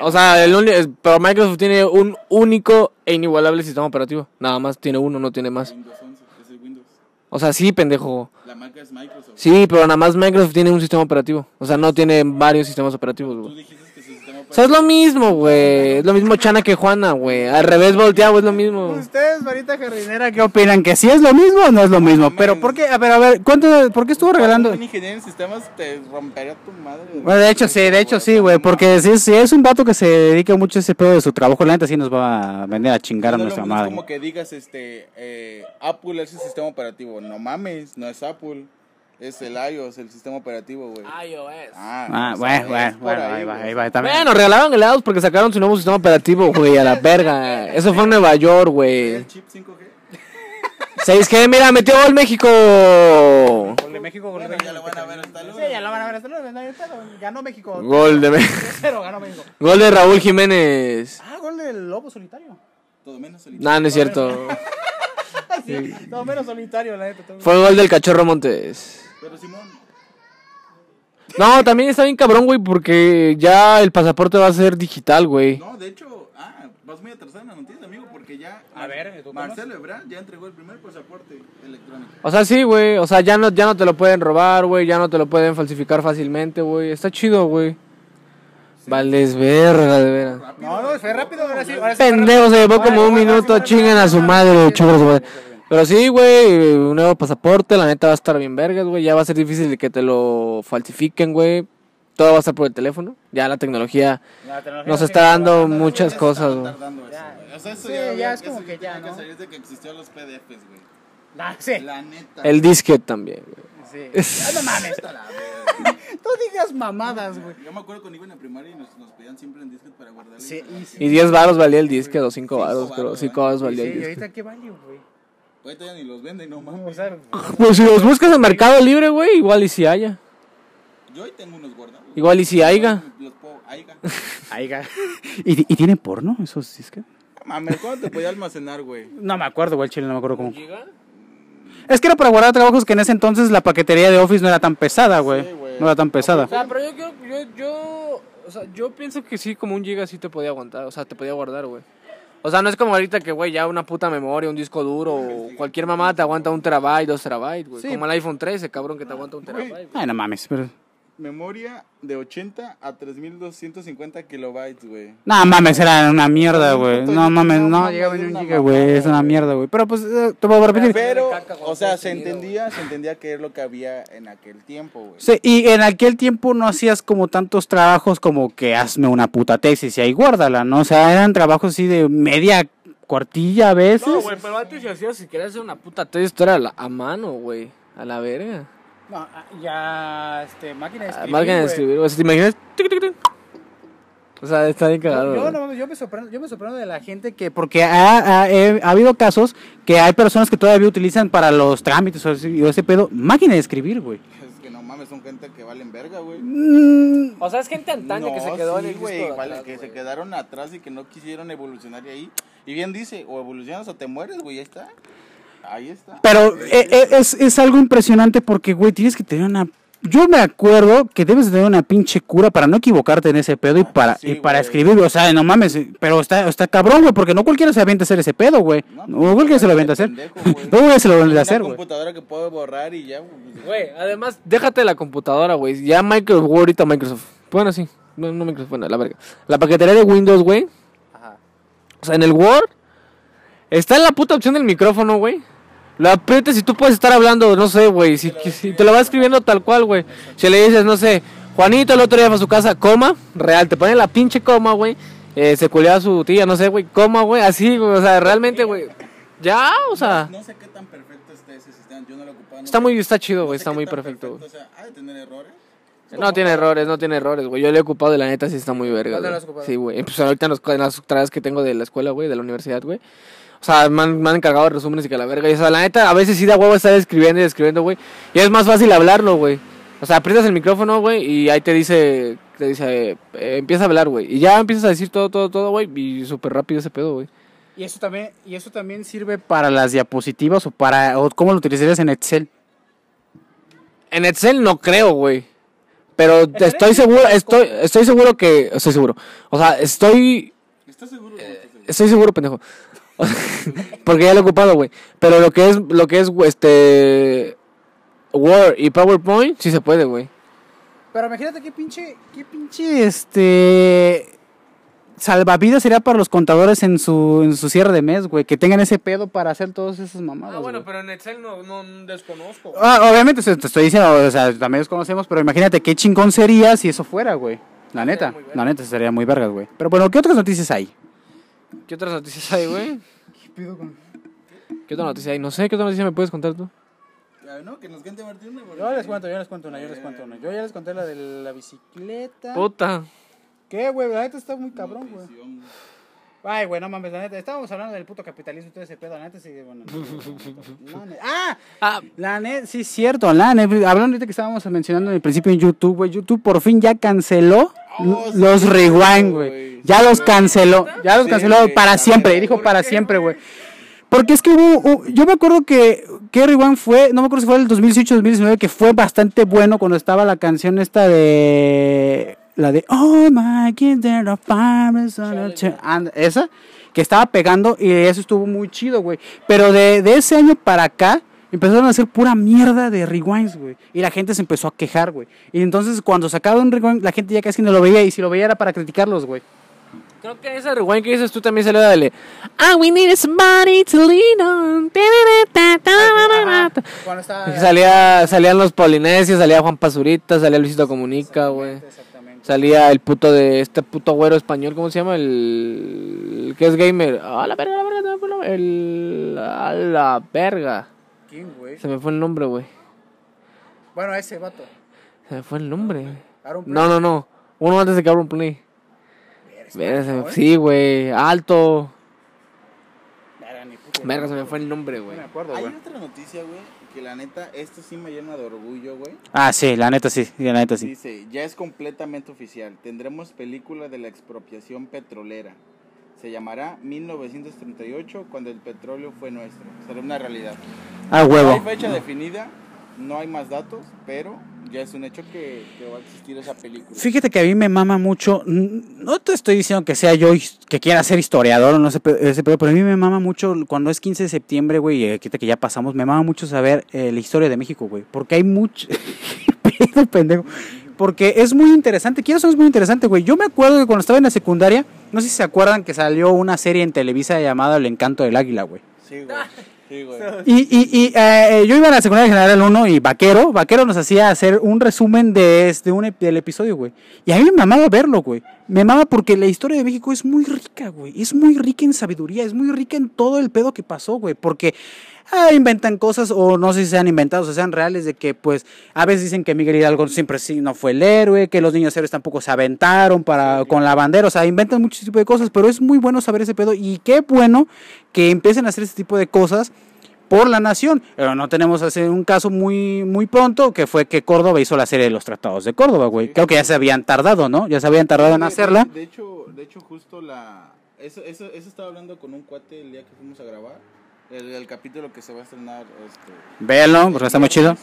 [SPEAKER 3] O sea, el uni- es- pero Microsoft tiene un único e inigualable sistema operativo. Nada más tiene uno, no tiene más.
[SPEAKER 1] Windows 11 es el Windows.
[SPEAKER 3] O sea, sí, pendejo.
[SPEAKER 1] La marca es Microsoft.
[SPEAKER 3] Sí, pero nada más Microsoft tiene un sistema operativo. O sea, no tiene varios sistemas operativos,
[SPEAKER 1] Tú
[SPEAKER 3] güey.
[SPEAKER 1] dijiste que su sistema
[SPEAKER 3] O sea, es lo mismo, güey. Es lo mismo Chana que Juana, güey. Al revés volteado es lo mismo.
[SPEAKER 4] Ustedes, varita jardinera,
[SPEAKER 2] ¿Qué opinan? ¿Que sí es lo mismo o no es lo mismo? Pero ¿por qué? A ver, a ver, ¿cuánto, ¿por qué estuvo regalando?
[SPEAKER 1] Un ingeniero en sistemas te rompería tu madre. güey.
[SPEAKER 2] Bueno, de hecho sí, de hecho sí, güey, porque si es, si es un vato que se dedica mucho a ese pedo de su trabajo, la neta sí nos va a venir a chingar a
[SPEAKER 1] No lo
[SPEAKER 2] nuestra
[SPEAKER 1] mismo
[SPEAKER 2] madre.
[SPEAKER 1] como que digas, este, eh, Apple es el sistema operativo. No mames, no es Apple. Es el iOS, el sistema operativo, güey.
[SPEAKER 2] Ah,
[SPEAKER 1] o sea,
[SPEAKER 2] bueno,
[SPEAKER 1] es
[SPEAKER 2] bueno,
[SPEAKER 1] por
[SPEAKER 2] bueno,
[SPEAKER 1] pues, ahí,
[SPEAKER 2] ahí va,
[SPEAKER 1] güey.
[SPEAKER 2] ahí va, también.
[SPEAKER 3] Bueno, regalaban helados porque sacaron su nuevo sistema operativo, güey, a la verga. Eso fue en Nueva York, güey.
[SPEAKER 1] ¿El chip 5G?
[SPEAKER 3] 6G, mira, metió gol México.
[SPEAKER 4] Gol de México, gol de
[SPEAKER 1] Bueno,
[SPEAKER 4] México.
[SPEAKER 1] ya lo van a ver hasta luego.
[SPEAKER 4] Sí, ya lo van a ver hasta luego. no hay pedo, Ganó México.
[SPEAKER 3] Gol de México.
[SPEAKER 4] Pero ganó México.
[SPEAKER 3] Gol de Raúl Jiménez.
[SPEAKER 4] Ah, gol del lobo solitario.
[SPEAKER 1] Todo menos solitario.
[SPEAKER 3] No, no es cierto.
[SPEAKER 4] Sí, Todo menos solitario, la neta. todo-
[SPEAKER 3] Fue gol del cachorro Montes.
[SPEAKER 1] Pero Simón,
[SPEAKER 3] No, también está bien cabrón, güey, porque ya el pasaporte va a ser digital, güey.
[SPEAKER 1] no, de hecho, ah, vas muy atrasado en la noticia, amigo, porque ya.
[SPEAKER 4] A ver, ¿tú
[SPEAKER 1] Marcelo Ebrard ya entregó el primer pasaporte electrónico.
[SPEAKER 3] O sea, sí, güey. O sea, ya no, ya no te lo pueden robar, güey. Ya no te lo pueden falsificar fácilmente, güey. Está chido, güey. Vales verga, de veras.
[SPEAKER 4] No, no, fue rápido. Ahora sí, ahora sí.
[SPEAKER 3] Pendejo, se llevó como un minuto. Chingan a su madre, chicos, güey. Pero sí, güey, un nuevo pasaporte. La neta va a estar bien vergas, güey. Ya va a ser difícil de que te lo falsifiquen, güey. Todo va a estar por el teléfono. Ya la tecnología
[SPEAKER 4] La tecnología
[SPEAKER 3] nos
[SPEAKER 4] no
[SPEAKER 3] está
[SPEAKER 4] tiene-
[SPEAKER 3] dando muchas cosas, güey.
[SPEAKER 1] Tardando eso, güey. O sea, eso
[SPEAKER 4] Sí,
[SPEAKER 1] ya,
[SPEAKER 4] ya
[SPEAKER 1] había-
[SPEAKER 4] es como
[SPEAKER 1] eso
[SPEAKER 4] que ya,
[SPEAKER 1] tenía
[SPEAKER 4] ¿no?
[SPEAKER 1] que salir de que existían los PDFs, güey.
[SPEAKER 4] Ah, sí.
[SPEAKER 1] La neta.
[SPEAKER 3] El disquete también, güey.
[SPEAKER 4] sí. Ah, no mames.
[SPEAKER 1] Hasta la verga.
[SPEAKER 4] Tú digas mamadas, güey.
[SPEAKER 1] Yo me acuerdo conmigo en la primaria y nos, nos pedían siempre en discos para pues, guardar la
[SPEAKER 4] Sí, y
[SPEAKER 1] información.
[SPEAKER 3] Y 10 varos valía el disquete, o 5
[SPEAKER 1] Cinco
[SPEAKER 3] varos, creo.
[SPEAKER 1] varos,
[SPEAKER 3] 5 varos
[SPEAKER 4] Sí,
[SPEAKER 3] valía el
[SPEAKER 4] ¿y
[SPEAKER 3] disquete.
[SPEAKER 4] ahorita qué vale, güey?
[SPEAKER 1] Ahorita ya ni los venden, no mames.
[SPEAKER 4] O sea,
[SPEAKER 3] Pues si los buscas en Mercado Libre, güey, igual y si haya.
[SPEAKER 1] Yo hoy tengo unos guardados.
[SPEAKER 3] Igual y si haya.
[SPEAKER 1] Los puedo. Aiga.
[SPEAKER 4] ahí ga-
[SPEAKER 2] ¿Y, y tiene porno esos disques?
[SPEAKER 1] Mames, ¿cuándo te podía almacenar, güey?
[SPEAKER 2] No me acuerdo, güey, el chile no me acuerdo cómo. Es que era para guardar trabajos que en ese entonces la paquetería de Office no era tan pesada, güey.
[SPEAKER 1] Sí, güey.
[SPEAKER 2] no era tan pesada.
[SPEAKER 3] pero yo, creo- yo, yo, o sea, yo pienso que sí, como un giga sí te podía aguantar, o sea, te podía guardar, güey. O sea, no es como ahorita que, güey, ya una puta memoria, un disco duro, o cualquier mamada te aguanta un terabyte, dos terabytes, güey. Como el iPhone 13, cabrón, que te aguanta un terabyte. güey.
[SPEAKER 2] Ay, no mames, pero...
[SPEAKER 1] Memoria de 80 a 3250 kilobytes, güey.
[SPEAKER 2] No mames, era una mierda, güey.
[SPEAKER 1] puto
[SPEAKER 2] No
[SPEAKER 1] disco,
[SPEAKER 2] mames,
[SPEAKER 1] no
[SPEAKER 2] no
[SPEAKER 1] mames,
[SPEAKER 2] llegaba ni
[SPEAKER 1] es
[SPEAKER 2] un
[SPEAKER 1] una
[SPEAKER 2] giga, güey.
[SPEAKER 1] mamada,
[SPEAKER 2] Es una
[SPEAKER 1] güey.
[SPEAKER 2] mierda, güey. Pero pues, eh, te puedo repetir.
[SPEAKER 1] Pero,
[SPEAKER 3] caca, güey,
[SPEAKER 1] o sea,
[SPEAKER 3] todo
[SPEAKER 1] se
[SPEAKER 3] seguido,
[SPEAKER 1] entendía, se entendía que es lo que había en aquel tiempo, güey.
[SPEAKER 2] Sí, y en aquel tiempo no hacías como tantos trabajos como que hazme una puta tesis y ahí guárdala, ¿no? O sea, eran trabajos así de media cuartilla a veces.
[SPEAKER 3] No, güey, pero antes se hacía, si querías hacer una puta tesis, esto era a, la- a mano, güey. A la verga.
[SPEAKER 4] no, ah, ya, este, máquina de
[SPEAKER 3] A
[SPEAKER 4] escribir.
[SPEAKER 3] Margen de
[SPEAKER 4] güey.
[SPEAKER 3] Ah, escribir, güey. O sea, ¿Te imaginas? Tic, tic, tic. O sea, está bien cagado.
[SPEAKER 4] Yo,
[SPEAKER 3] güey.
[SPEAKER 4] no, mames, yo, me sorprendo, yo me sorprendo de la gente que.
[SPEAKER 2] que porque ha, ha- he- ha habido casos que hay personas que todavía utilizan para los trámites o ese, o ese pedo máquina de escribir, güey.
[SPEAKER 1] Es que no mames, son gente que valen verga, güey.
[SPEAKER 2] Mm,
[SPEAKER 3] O sea, es gente antaña que se quedó
[SPEAKER 1] sí,
[SPEAKER 3] en el disco
[SPEAKER 1] güey,
[SPEAKER 3] de atrás,
[SPEAKER 1] vale, que
[SPEAKER 3] güey.
[SPEAKER 1] se quedaron atrás y que no quisieron evolucionar y ahí. Y bien dice, o evolucionas o te mueres, güey, ahí está. Ahí está.
[SPEAKER 2] Pero eh, eh, es, es algo impresionante porque, güey, tienes que tener una... Yo me acuerdo que debes de tener una pinche cura para no equivocarte en ese pedo y para,
[SPEAKER 1] Ah, sí,
[SPEAKER 2] y para
[SPEAKER 1] güey.
[SPEAKER 2] escribir, o sea, no mames, eh, pero está, está cabrón, güey, porque no cualquiera se avienta a hacer ese pedo, güey.
[SPEAKER 1] No,
[SPEAKER 2] No,
[SPEAKER 1] pues,
[SPEAKER 2] cualquiera se lo avienta a hacer.
[SPEAKER 1] pendejo, güey.
[SPEAKER 2] No cualquiera se lo
[SPEAKER 1] Hay
[SPEAKER 2] avienta
[SPEAKER 1] una
[SPEAKER 2] a hacer, güey.
[SPEAKER 1] computadora que puedo borrar y ya, güey. pues,
[SPEAKER 3] Güey, además, déjate la computadora, güey. Ya Microsoft, güey, ahorita Microsoft. Bueno, sí. No, no Microsoft, bueno, la verga. La paquetería de Windows, güey. O sea, en el Word está la puta opción del micrófono, güey. Lo aprietas y tú puedes estar hablando, no sé, güey. Si, si te lo vas escribiendo tal cual, güey. Si le dices, no sé, Juanito el otro día fue a su casa, coma, real, te pone la pinche coma, güey. Eh, se culeó a su tía, no sé, güey, coma, güey. Así, güey, o sea, realmente, güey. Ya, o sea,
[SPEAKER 1] No sé qué tan perfecto está ese sistema, yo no lo ocupaba. no
[SPEAKER 3] Ah. está
[SPEAKER 1] sé-
[SPEAKER 3] muy, está chido,
[SPEAKER 1] no
[SPEAKER 3] güey,
[SPEAKER 1] sé
[SPEAKER 3] está
[SPEAKER 1] qué
[SPEAKER 3] muy
[SPEAKER 1] tan
[SPEAKER 3] perfecto, güey.
[SPEAKER 1] O sea, ha de tener errores.
[SPEAKER 3] No tiene errores, no tiene errores, güey. Yo le he ocupado y la neta sí está muy
[SPEAKER 4] ¿No
[SPEAKER 3] verga.
[SPEAKER 4] te lo
[SPEAKER 3] güey.
[SPEAKER 4] has ocupado?
[SPEAKER 3] Sí, güey. Pues ahorita en, los- en las tareas que tengo de la escuela, güey, de la universidad, güey. O sea, me han, me han encargado de resúmenes y que la verga. Y o sea, la neta, a veces sí da huevo estar escribiendo y escribiendo, güey. Y es más fácil hablarlo, güey. O sea, aprietas el micrófono, güey, y ahí te dice, te dice, eh, eh, empieza a hablar, güey. Y ya empiezas a decir todo, todo, todo, güey. Y súper rápido ese pedo, güey.
[SPEAKER 4] Y eso también, y eso también sirve.
[SPEAKER 2] Para las diapositivas o para... O ¿Cómo lo utilizarías en Excel?
[SPEAKER 3] En Excel no creo, güey. Pero
[SPEAKER 4] Excel
[SPEAKER 3] estoy
[SPEAKER 4] es
[SPEAKER 3] seguro,
[SPEAKER 4] una
[SPEAKER 3] estoy, estoy seguro que, estoy seguro. O sea, estoy
[SPEAKER 1] ¿Estás seguro?
[SPEAKER 3] Eh.
[SPEAKER 1] güey? ¿Estás seguro?
[SPEAKER 3] Estoy seguro, pendejo. O sea, Porque ya lo he ocupado, güey. Pero lo que es, lo que es, güey, este. Word y PowerPoint, sí se puede, güey.
[SPEAKER 4] Pero imagínate qué pinche. Qué pinche.
[SPEAKER 2] Pinche, este... salvavidas sería para los contadores en su, en su cierre de mes, güey. Que tengan ese pedo para hacer todas esas mamadas.
[SPEAKER 3] Ah, bueno,
[SPEAKER 2] güey.
[SPEAKER 3] pero en Excel no, no desconozco.
[SPEAKER 2] Ah, obviamente, o sea, te estoy diciendo, o sea, también los conocemos, pero imagínate qué chingón sería si eso fuera, güey. La neta,
[SPEAKER 3] muy verga.
[SPEAKER 2] la neta, sería muy vergas, güey. Pero bueno, ¿qué otras noticias hay?
[SPEAKER 3] ¿Qué otras noticias hay, güey?
[SPEAKER 4] ¿Qué pido con.?
[SPEAKER 3] ¿Qué otra noticia hay? No sé, ¿qué otra noticia me puedes contar tú?
[SPEAKER 1] Ah, No, que nos cuente Martín. ¿no?
[SPEAKER 4] Yo les cuento, yo les cuento una, yo les cuento una. Yo ya les conté la de la bicicleta.
[SPEAKER 3] Puta.
[SPEAKER 4] ¿Qué, güey? La neta está muy cabrón, güey.
[SPEAKER 1] Notición.
[SPEAKER 4] Ay, güey, no mames, la neta. Estábamos hablando del puto capitalismo y todo ese pedo. La neta sí, bueno. no, no, no, no. ¡Ah!
[SPEAKER 3] Ah,
[SPEAKER 2] La neta, sí, cierto, la neta. Hablando ahorita que estábamos mencionando en el principio en YouTube, güey. YouTube por fin ya canceló
[SPEAKER 1] Oh, sí,
[SPEAKER 2] los rewind, güey.
[SPEAKER 1] güey.
[SPEAKER 2] Ya los canceló, ya los
[SPEAKER 1] Sí,
[SPEAKER 2] canceló
[SPEAKER 1] güey,
[SPEAKER 2] para
[SPEAKER 1] la
[SPEAKER 2] siempre.
[SPEAKER 1] neta.
[SPEAKER 2] Dijo
[SPEAKER 1] ¿Por
[SPEAKER 2] para
[SPEAKER 1] qué,
[SPEAKER 2] siempre, güey. Porque es que hubo, hu- yo me acuerdo que, que Rewind fue, no me acuerdo si fue el 2018-2019, que fue bastante bueno cuando estaba la canción esta de, la de, oh my God, there are fires on a chair". And- esa, que estaba pegando y eso estuvo muy chido, güey. Pero de, de ese año para acá, empezaron a hacer pura mierda de Rewinds, güey. Y la gente se empezó a quejar, güey. Y entonces cuando sacaba un Rewind, la gente ya casi no lo veía y si lo veía era para criticarlos, güey.
[SPEAKER 3] creo que esa rewind que dices tú también salió de Ah, we need somebody to lean on.
[SPEAKER 4] Ajá, Cuando estaba.
[SPEAKER 3] Salía, salían los polinesios, salía Juan Pazurita, salía Luisito Comunica, güey.
[SPEAKER 4] Exactamente.
[SPEAKER 3] Salía el puto de este puto güero español, ¿cómo se llama? El, el que es gamer. Ah, la verga, la verga, se me fue el nombre. El, a la verga.
[SPEAKER 4] ¿Quién, güey?
[SPEAKER 3] Se me fue el nombre, güey.
[SPEAKER 4] Bueno, ese vato.
[SPEAKER 3] Se me fue el nombre.
[SPEAKER 4] Aaron
[SPEAKER 3] No, no, no. Uno antes de que Aaron Play. Verga, se me- Sí, güey. Alto.
[SPEAKER 4] Verga, ni puto.
[SPEAKER 3] Verga, se me fue el nombre, güey.
[SPEAKER 4] No me acuerdo,
[SPEAKER 1] Hay
[SPEAKER 4] güey.
[SPEAKER 1] otra noticia, güey, que la neta, esto sí me llena de orgullo, güey.
[SPEAKER 2] Ah, sí, la neta sí, la neta sí.
[SPEAKER 1] Dice, ya es completamente oficial. Tendremos película de la expropiación petrolera. Se llamará 1938, cuando el petróleo fue nuestro. Será una realidad.
[SPEAKER 2] Ah,
[SPEAKER 1] No hay
[SPEAKER 2] huevo.
[SPEAKER 1] fecha definida, no hay más datos, pero ya es un hecho que, que va a existir esa película.
[SPEAKER 2] Fíjate que a mí me mama mucho. mm, No te estoy diciendo que sea yo his- que quiera ser historiador o no sé, pe- ese pedo, pero a mí me mama mucho cuando es 15 de septiembre, güey, y ahorita que ya pasamos, me mama mucho saber eh, la historia de México, güey, porque hay mucho. Pedo, pendejo. Porque es muy interesante, quiero saber, es muy interesante, güey. Yo me acuerdo que cuando estaba en la secundaria, no sé si se acuerdan que salió una serie en Televisa llamada El Encanto del Águila, güey.
[SPEAKER 1] Sí, güey. Sí, güey.
[SPEAKER 2] Y, y, y eh, yo iba a la secundaria general 1 y Vaquero, Vaquero nos hacía hacer un resumen de este, un, ep- del episodio, güey. Y a mí me mamaba verlo, güey. Me mamaba porque la historia de México es muy rica, güey. Es muy rica en sabiduría, es muy rica en todo el pedo que pasó, güey. Porque ah, inventan cosas, o no sé si sean inventados o sean reales, de que, pues, a veces dicen que Miguel Hidalgo siempre sí no fue el héroe, que los niños héroes tampoco se aventaron para, con la bandera, o sea, inventan muchos tipos de cosas, pero es muy bueno saber ese pedo y qué bueno que empiecen a hacer ese tipo de cosas por la nación. Pero no tenemos hace un caso muy, muy pronto que fue que Córdoba hizo la serie de los tratados de Córdoba, güey. Creo que ya se habían tardado, ¿no? Ya se habían tardado en
[SPEAKER 1] De-
[SPEAKER 2] hacerla.
[SPEAKER 1] De, de hecho, de hecho justo la eso, eso, eso estaba hablando con un cuate el día que fuimos a grabar. El, el capítulo que se va a estrenar este
[SPEAKER 2] Véanlo, porque pues, está muy chido.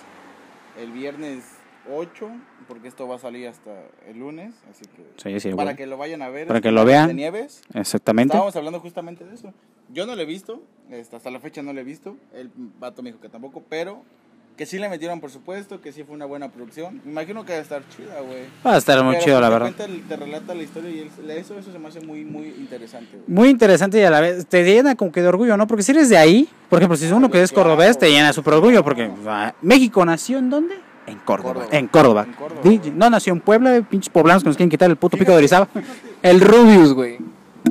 [SPEAKER 1] El viernes 8, porque esto va a salir hasta el lunes, así que
[SPEAKER 2] Sí, sí,
[SPEAKER 1] para
[SPEAKER 2] güey.
[SPEAKER 1] que lo vayan a ver.
[SPEAKER 2] Para
[SPEAKER 1] este,
[SPEAKER 2] que lo vean.
[SPEAKER 1] De Nieves.
[SPEAKER 2] Exactamente.
[SPEAKER 1] Estábamos hablando justamente de eso. Yo no lo he visto, este, hasta la fecha no lo he visto. El vato me dijo que tampoco, pero que sí le metieron por supuesto, que sí fue una buena producción. Me imagino que va a estar chida, güey.
[SPEAKER 2] Va a estar muy
[SPEAKER 1] Pero,
[SPEAKER 2] chido,
[SPEAKER 1] pues,
[SPEAKER 2] la
[SPEAKER 1] te
[SPEAKER 2] verdad.
[SPEAKER 1] cuenta el- te relata la historia y el- eso, eso se me hace muy, muy interesante. güey.
[SPEAKER 2] Muy interesante y a la vez te llena como que de orgullo, ¿no? Porque si eres de ahí, por ejemplo, si es uno que es
[SPEAKER 1] Claro.
[SPEAKER 2] cordobés, te llena súper orgullo porque ah, México nació en dónde? En Córdoba.
[SPEAKER 1] Córdoba.
[SPEAKER 2] En Córdoba.
[SPEAKER 1] En Córdoba,
[SPEAKER 2] Di-
[SPEAKER 1] güey.
[SPEAKER 2] No nació en Puebla, pinches poblanos que nos quieren quitar el puto pico de Orizaba.
[SPEAKER 3] El Rubius, güey.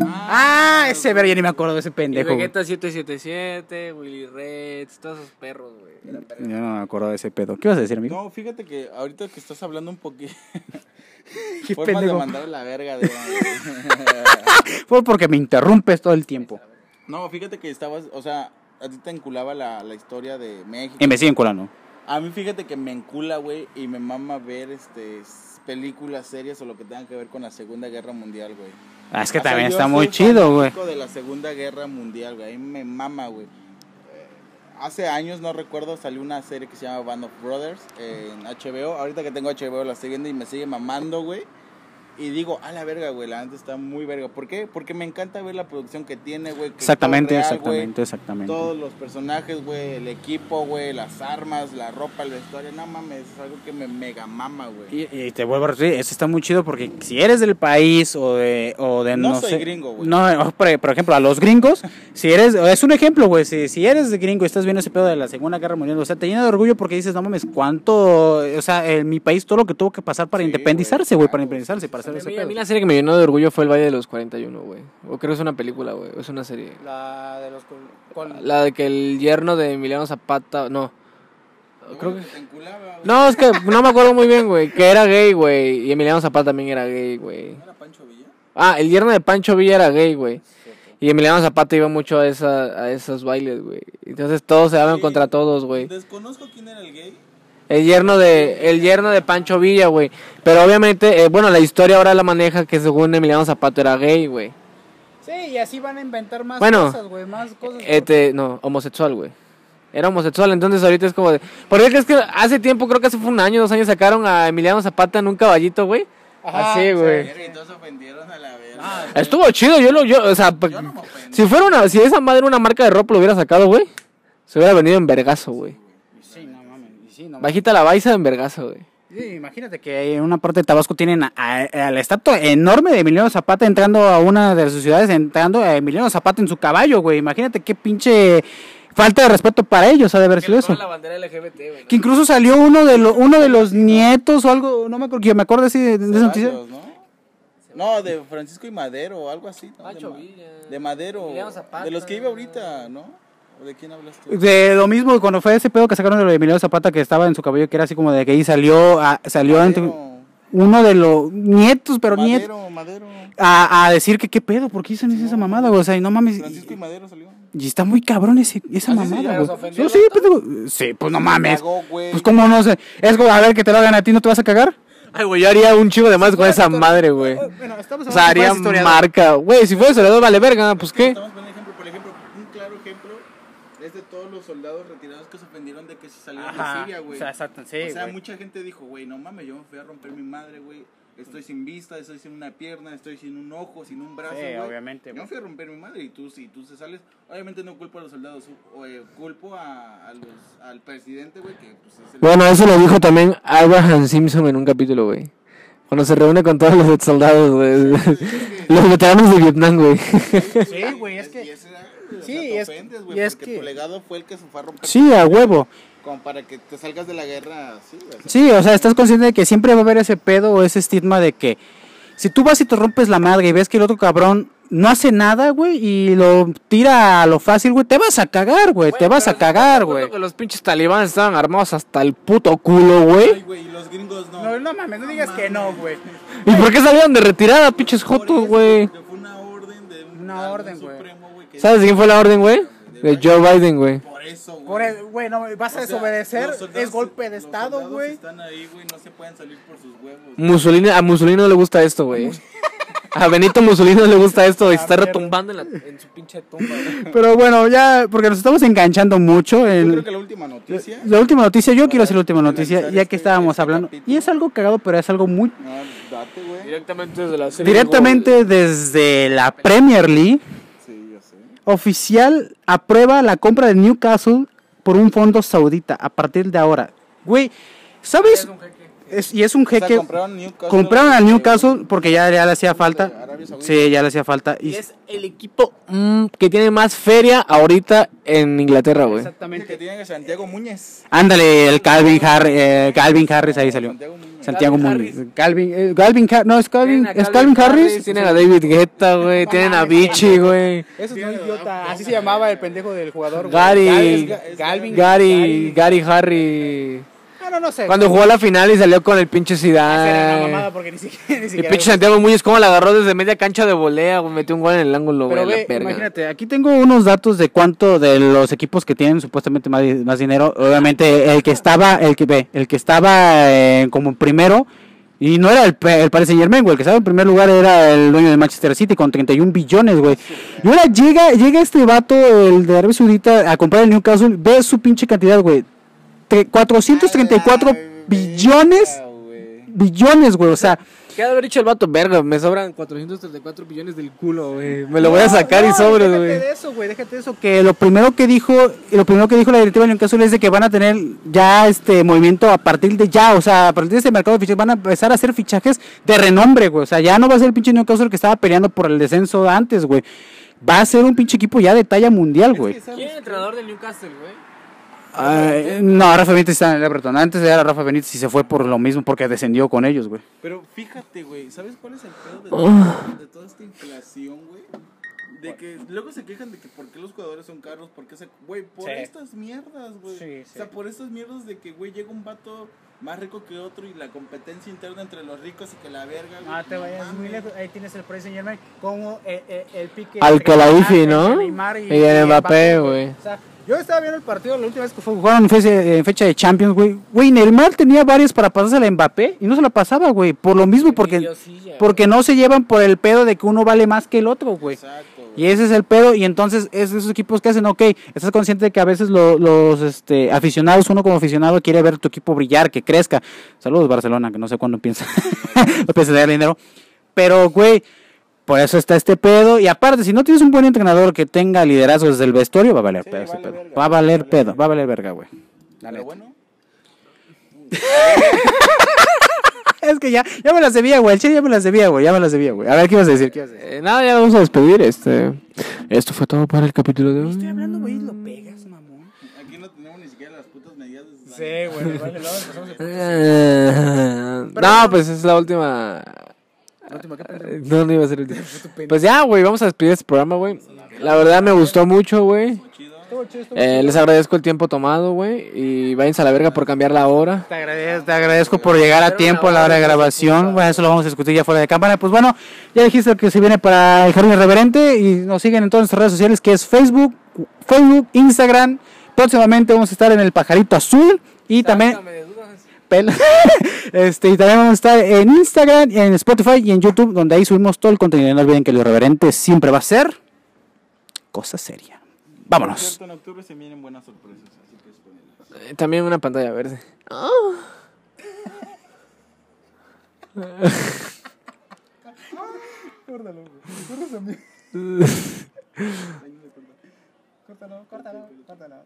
[SPEAKER 2] Ah, ese ver, ya ni me acuerdo de ese
[SPEAKER 3] Y
[SPEAKER 2] pendejo. güey.
[SPEAKER 3] Vegeta 777, Willy Reds, todos esos perros, güey.
[SPEAKER 2] Yo no me acuerdo de ese pedo. ¿Qué vas a decir, amigo?
[SPEAKER 1] No, fíjate que ahorita que estás hablando un poquito,
[SPEAKER 2] Qué
[SPEAKER 1] formas de
[SPEAKER 2] pendejo.
[SPEAKER 1] mandar a la verga de...
[SPEAKER 2] Fue porque me interrumpes todo el tiempo.
[SPEAKER 1] No, fíjate que estabas, o sea, a ti te enculaba la, la historia de México.
[SPEAKER 2] Y me siguen colando.
[SPEAKER 1] A mí fíjate que me encula, güey, y me mama ver este s- películas, series o lo que tenga que ver con la Segunda Guerra Mundial, güey.
[SPEAKER 2] Ah, es que
[SPEAKER 1] O sea,
[SPEAKER 2] también
[SPEAKER 1] yo
[SPEAKER 2] está
[SPEAKER 1] soy
[SPEAKER 2] muy chido, güey.
[SPEAKER 1] fanático de la Segunda Guerra Mundial, güey. A mí me mama, güey. Eh, Hace años, no recuerdo, salió una serie que se llama Band of Brothers eh, en HBO. Ahorita que tengo HBO la estoy viendo y me sigue mamando, güey. Y digo, a la verga, güey, la neta está muy verga. ¿Por qué? Porque me encanta ver la producción que tiene, güey. que
[SPEAKER 2] Exactamente,
[SPEAKER 1] todo real, güey.
[SPEAKER 2] exactamente, exactamente.
[SPEAKER 1] Todos los personajes, güey, el equipo, güey, las armas, la ropa, el vestuario. No mames, es algo que me mega mama, güey.
[SPEAKER 2] Y, y te vuelvo a repetir, eso está muy chido porque si eres del país o de, o de no,
[SPEAKER 1] No soy
[SPEAKER 2] sé,
[SPEAKER 1] gringo, güey.
[SPEAKER 2] No, por, por ejemplo, a los gringos, si eres, es un ejemplo, güey, si, si eres de gringo y estás viendo ese pedo de la Segunda Guerra Mundial, o sea, te llena de orgullo porque dices, no mames, cuánto, o sea, en mi país todo lo que tuvo que pasar para
[SPEAKER 1] Sí,
[SPEAKER 2] independizarse,
[SPEAKER 1] güey,
[SPEAKER 2] güey, para
[SPEAKER 1] claro.
[SPEAKER 2] independizarse, para hacer
[SPEAKER 3] A
[SPEAKER 2] ese
[SPEAKER 3] mí, a
[SPEAKER 2] pedo.
[SPEAKER 3] mí la serie que me llenó de orgullo fue El Valle de los 41, güey. O creo que es una película, güey. o Es una serie.
[SPEAKER 4] La de los. col- col-
[SPEAKER 3] La de que el yerno de Emiliano Zapata. No. Creo que.
[SPEAKER 1] Se enculaba, güey.
[SPEAKER 3] No, es que no me acuerdo muy bien, güey. Que era gay, güey. Y Emiliano Zapata también era gay, güey.
[SPEAKER 1] ¿No era Pancho Villa?
[SPEAKER 3] Ah, el yerno de Pancho Villa era gay, güey. Y Emiliano Zapata iba mucho a, esa, a esos bailes, güey. Entonces todos se daban
[SPEAKER 1] Sí.
[SPEAKER 3] contra todos, güey.
[SPEAKER 1] Desconozco quién era el gay.
[SPEAKER 3] El yerno de, el yerno de Pancho Villa, güey. Pero obviamente, eh, bueno, la historia ahora la maneja que según Emiliano Zapata era gay, güey.
[SPEAKER 4] Sí, y así van a inventar más
[SPEAKER 3] Bueno,
[SPEAKER 4] cosas, güey. Más cosas.
[SPEAKER 3] Este, no, homosexual, güey. Era homosexual, entonces ahorita es como de... ¿Por qué crees que hace tiempo, creo que hace fue un año, dos años, sacaron a Emiliano Zapata en un caballito, güey?
[SPEAKER 4] Ajá,
[SPEAKER 3] Así,
[SPEAKER 4] sí.
[SPEAKER 3] güey.
[SPEAKER 1] Verga, Y todos se ofendieron a la verga.
[SPEAKER 2] Ah,
[SPEAKER 3] Estuvo chido, yo lo, yo, o sea,
[SPEAKER 1] Yo no me ofendo.
[SPEAKER 3] si fuera una, si esa madre una marca de ropa lo hubiera sacado, güey, se hubiera venido en vergazo, güey.
[SPEAKER 4] por- Sí, no mames. y Sí, no mames.
[SPEAKER 3] Bajita la baiza en vergazo, güey.
[SPEAKER 4] Sí, imagínate que.
[SPEAKER 2] Que en una parte de Tabasco tienen a, a- a la estatua enorme de Emiliano Zapata entrando a una de sus ciudades, entrando a Emiliano Zapata en su caballo, güey. Imagínate qué pinche falta de respeto para ellos ha de haber sido eso.
[SPEAKER 3] bandera LGBT, güey.
[SPEAKER 2] Que incluso salió uno de, lo- uno de los nietos o algo, no me acuerdo, que me acuerdo de, ese- de esa noticia.
[SPEAKER 1] Ceballos, ¿no? No, de Francisco y Madero o algo así. ¿no?
[SPEAKER 3] Pancho
[SPEAKER 1] de, Ma-
[SPEAKER 3] Villa.
[SPEAKER 1] de Madero.
[SPEAKER 3] Emiliano Zapata.
[SPEAKER 1] De los que iba ahorita, ¿no? ¿O de quién hablas tú?
[SPEAKER 2] De lo mismo, cuando fue ese pedo que sacaron de lo de Emiliano Zapata que estaba en su cabello, que era así como de que ahí salió, a- salió entre-
[SPEAKER 1] Madero,
[SPEAKER 2] uno de los nietos, pero nietos.
[SPEAKER 1] Madero, Madero.
[SPEAKER 2] A, a decir que qué pedo, ¿por qué hicieron esa mamada? güey? O sea, y no mames.
[SPEAKER 1] Francisco y Madero salió.
[SPEAKER 2] Y está muy cabrón ese, esa
[SPEAKER 1] Ah, sí, sí, ya
[SPEAKER 2] mamada,
[SPEAKER 1] los
[SPEAKER 2] güey.
[SPEAKER 3] ofendió
[SPEAKER 2] No, sí, pendejo. Sí, pues no mames.
[SPEAKER 1] Cagó, güey.
[SPEAKER 2] Pues cómo no sé. Es como, a ver, que te lo hagan a ti, ¿no te vas a cagar?
[SPEAKER 3] Ay, güey, yo haría un chico de más con esa madre, güey.
[SPEAKER 4] Bueno, estamos
[SPEAKER 3] O sea, haría marca. Güey, si fuera historiador, vale verga, pues qué.
[SPEAKER 1] Estamos poniendo ejemplo, por ejemplo, un claro ejemplo es de todos los soldados retirados que se ofendieron de que se salieron de
[SPEAKER 4] Ajá,
[SPEAKER 1] Siria, Ah, güey.
[SPEAKER 4] o sea, exacto, sí,
[SPEAKER 1] O sea,
[SPEAKER 4] güey.
[SPEAKER 1] mucha gente dijo, güey, no mames, yo me fui a romper mi madre, güey. Estoy sin vista, estoy sin una pierna, estoy sin un ojo, sin un brazo.
[SPEAKER 4] Sí,
[SPEAKER 1] güey.
[SPEAKER 4] obviamente,
[SPEAKER 1] Yo me
[SPEAKER 4] güey.
[SPEAKER 1] fui a romper mi madre y tú, si tú te sales, obviamente no culpo a los soldados, o, eh, culpo a, a los, al presidente, güey, que pues es el.
[SPEAKER 3] Bueno, eso lo dijo también Abraham Simpson en un capítulo, güey. Cuando se reúne con todos los soldados, güey. Los veteranos de Vietnam, güey.
[SPEAKER 4] Sí, güey, es
[SPEAKER 1] Y
[SPEAKER 4] que.
[SPEAKER 1] ese era, güey, o
[SPEAKER 4] Sí,
[SPEAKER 1] sea, te
[SPEAKER 4] y es-
[SPEAKER 1] ofendes,
[SPEAKER 4] y
[SPEAKER 1] güey,
[SPEAKER 4] es
[SPEAKER 1] porque
[SPEAKER 4] que-
[SPEAKER 1] tu legado fue el que se fue a romper.
[SPEAKER 2] Sí, a huevo.
[SPEAKER 1] Como para que te salgas de la guerra así, güey, o sea,
[SPEAKER 2] Sí, o sea, estás consciente de que siempre va a haber ese pedo o ese estigma de que si tú vas y te rompes la madre y ves que el otro cabrón no hace nada, güey, y lo tira a lo fácil, güey, te vas a cagar, güey, te vas a cagar, güey.
[SPEAKER 3] Que los pinches talibanes estaban armados hasta el puto culo, güey.
[SPEAKER 1] Ay, güey, y los gringos no.
[SPEAKER 4] No, no mames, no digas que no, güey.
[SPEAKER 3] ¿Y por qué salieron de retirada, pinches jotos, güey?
[SPEAKER 1] Porque Fue una orden de un,
[SPEAKER 4] Una
[SPEAKER 1] algún
[SPEAKER 4] orden, güey.
[SPEAKER 1] supremo, güey. que-
[SPEAKER 3] ¿Sabes de quién fue la orden, güey? De Joe Biden, güey.
[SPEAKER 1] Por eso, güey.
[SPEAKER 4] Por el- Güey, no, vas a
[SPEAKER 1] O sea,
[SPEAKER 4] desobedecer.
[SPEAKER 1] los soldados-
[SPEAKER 4] Es golpe de
[SPEAKER 1] los
[SPEAKER 4] Estado,
[SPEAKER 1] soldados
[SPEAKER 4] güey.
[SPEAKER 1] Están ahí, güey, no se pueden salir por sus huevos.
[SPEAKER 3] Mussolini, a Mussolini no le gusta esto, güey. A Benito Mussolini no le gusta esto, y está retumbando en, la- en su pinche tumba, güey.
[SPEAKER 2] Pero bueno, ya, porque nos estamos enganchando mucho
[SPEAKER 1] Yo
[SPEAKER 2] en...
[SPEAKER 1] creo que la última noticia.
[SPEAKER 2] La última noticia, yo quiero hacer la última noticia,
[SPEAKER 1] finalizar
[SPEAKER 2] ya
[SPEAKER 1] este-
[SPEAKER 2] que estábamos
[SPEAKER 1] este
[SPEAKER 2] hablando.
[SPEAKER 1] capítulo.
[SPEAKER 2] Y es algo cagado, pero es algo muy...
[SPEAKER 1] No, date, güey.
[SPEAKER 3] Directamente desde la serie.
[SPEAKER 2] Directamente desde la Premier League,
[SPEAKER 1] Sí, yo sé.
[SPEAKER 2] oficial aprueba la compra de Newcastle por un fondo saudita a partir de ahora. Güey, ¿sabes? Es- y es un
[SPEAKER 1] O sea,
[SPEAKER 2] jeque.
[SPEAKER 1] compraron Newcastle.
[SPEAKER 2] compraron a Newcastle porque ya, ya le hacía falta.
[SPEAKER 1] Arabia Saudita.
[SPEAKER 2] Sí, ya le hacía falta. Y,
[SPEAKER 3] es el equipo mm, que tiene más feria ahorita en Inglaterra, güey.
[SPEAKER 1] Dice que
[SPEAKER 4] Exactamente.
[SPEAKER 1] tienen a Santiago Muñez.
[SPEAKER 2] ándale, el Calvin, Har- eh, Calvin Harris ahí salió.
[SPEAKER 1] Santiago Muñez.
[SPEAKER 2] Santiago
[SPEAKER 3] Calvin
[SPEAKER 2] Muñiz. Calvin, eh, Calvin Har- no, es Calvin, es Calvin Harris.
[SPEAKER 3] Tienen a David Guetta, güey. Tienen a Vichy, güey.
[SPEAKER 4] Eso es no idiota. Así se llamaba el pendejo del jugador. güey.
[SPEAKER 3] Gary.
[SPEAKER 4] Gal- es- Galvin.
[SPEAKER 3] Gary, Gary Harry.
[SPEAKER 4] Ah, no, no sé.
[SPEAKER 3] Cuando jugó la final y salió con el pinche
[SPEAKER 4] Esa era una mamada pues,
[SPEAKER 3] Zidane.
[SPEAKER 4] porque ni siquiera. Ni
[SPEAKER 3] Y
[SPEAKER 4] siquiera
[SPEAKER 3] pinche Santiago Muñiz, ¿cómo la agarró desde media cancha de volea? güey? Metió un gol en el ángulo, güey.
[SPEAKER 2] Pero
[SPEAKER 3] la
[SPEAKER 2] ve,
[SPEAKER 3] verga.
[SPEAKER 2] imagínate, aquí tengo unos datos de cuánto de los equipos que tienen supuestamente más, di- más dinero. Obviamente el que estaba, el que ve, el que estaba eh, como primero y no era el, P- el Paris Saint Germain, güey, el que estaba en primer lugar era el dueño de Manchester City con 31 billones, güey. Y ahora llega llega este vato el de Arabia Saudita a comprar el Newcastle, ve su pinche cantidad, güey. Te- 434
[SPEAKER 1] Ay,
[SPEAKER 2] billones,
[SPEAKER 1] verga, güey.
[SPEAKER 2] billones, güey, o sea,
[SPEAKER 3] ¿Qué ha de haber dicho el vato? Verga, me sobran 434 billones del culo, güey. Me lo voy a sacar y sobres,
[SPEAKER 4] déjate
[SPEAKER 3] güey.
[SPEAKER 4] de eso, güey, déjate de eso.
[SPEAKER 2] que lo primero que dijo lo primero que dijo la directiva en Newcastle es de que van a tener ya este movimiento a partir de ya o sea a partir de este mercado de fichajes van a empezar a hacer fichajes de renombre güey o sea ya no va a ser el pinche Newcastle que estaba peleando por el descenso antes güey va a ser un pinche equipo ya de talla mundial güey
[SPEAKER 3] ¿Quién es el entrenador del Newcastle, güey?
[SPEAKER 2] Ay, no Rafa Benítez está en el Everton antes era Rafa Benítez y se fue por lo mismo porque descendió con ellos güey
[SPEAKER 1] Pero fíjate, güey, ¿sabes cuál es el pedo de, todo- de toda esta inflación, güey? De que luego se quejan de que por qué los jugadores son caros, por qué se... Güey, por
[SPEAKER 4] Sí.
[SPEAKER 1] estas mierdas, güey.
[SPEAKER 4] Sí,
[SPEAKER 1] O sea,
[SPEAKER 4] sí.
[SPEAKER 1] por estas mierdas de que, güey, llega un vato más rico que otro y la competencia interna entre los ricos y que la verga, güey.
[SPEAKER 4] No Ah, te vayas
[SPEAKER 1] mames.
[SPEAKER 4] muy lejos. Ahí tienes el Paris Saint Germain como eh, eh, el pique.
[SPEAKER 3] Al
[SPEAKER 4] entre
[SPEAKER 3] Khelaifi,
[SPEAKER 4] Neymar,
[SPEAKER 3] ¿no?
[SPEAKER 4] entre Neymar
[SPEAKER 3] Y el Mbappé, güey.
[SPEAKER 4] O sea, yo estaba viendo el partido la última vez que fue.
[SPEAKER 2] jugaron en fecha, en fecha de Champions güey güey Neymar tenía varios para pasarse a Mbappé y no se la pasaba güey por lo mismo porque porque no se llevan por el pedo de que uno vale más que el otro güey
[SPEAKER 1] Exacto, güey.
[SPEAKER 2] Y ese es el pedo, y entonces es de esos equipos que hacen, ok, estás consciente de que a veces lo- los este, aficionados, uno como aficionado quiere ver tu equipo brillar, que crezca. Saludos Barcelona, que no sé cuándo piensa, no piensa dar dinero. Pero, güey, por eso está este pedo. Y aparte, si no tienes un buen entrenador que tenga liderazgo desde el vestuario, va a valer
[SPEAKER 1] Sí,
[SPEAKER 2] pedo. este
[SPEAKER 1] vale
[SPEAKER 2] pedo.
[SPEAKER 1] verga,
[SPEAKER 2] va a
[SPEAKER 1] vale
[SPEAKER 2] valer
[SPEAKER 1] verga.
[SPEAKER 2] pedo, va a valer verga, güey. La
[SPEAKER 1] Pero
[SPEAKER 2] neta.
[SPEAKER 1] bueno,
[SPEAKER 2] Es que ya, ya me las debía, güey. El Che ya me las debía, güey. Ya me las debía, güey. A ver, ¿qué ibas a decir? ¿Qué ibas a decir?
[SPEAKER 3] Eh, nada, ya nos vamos a despedir. Este. Esto fue todo para el capítulo de hoy.
[SPEAKER 2] pegas, mamón.
[SPEAKER 1] aquí no tenemos ni siquiera las putas medidas. de
[SPEAKER 4] Sí, güey, vale, luego empezamos el
[SPEAKER 3] Eh, No, pues es la última. Eh, No, no iba a ser el último. Pues ya, güey, vamos a despedir este programa, güey. La verdad me gustó mucho, güey.
[SPEAKER 1] Chido.
[SPEAKER 4] Estuvo chido, estuvo
[SPEAKER 3] Eh, les agradezco el tiempo tomado, güey. Y váyanse a la verga por cambiar la hora.
[SPEAKER 2] Te agradezco, te agradezco por llegar a tiempo a la hora de grabación. Bueno, eso lo vamos a discutir ya fuera de cámara. Pues bueno, ya dijiste que se viene para el Jardín Irreverente y nos siguen en todas nuestras redes sociales que es Facebook, Facebook, Instagram. Próximamente vamos a estar en el Pajarito Azul y también pela. este, y también vamos a estar en Instagram, en Spotify y en YouTube, donde ahí subimos todo el contenido. No olviden que lo irreverente siempre va a ser cosa seria.
[SPEAKER 1] Por
[SPEAKER 2] Vámonos.
[SPEAKER 1] cierto, en octubre se vienen buenas sorpresas, así que espérenlas.
[SPEAKER 3] Eh, También una pantalla verde.
[SPEAKER 4] Córtalo, córtalo, córtalo.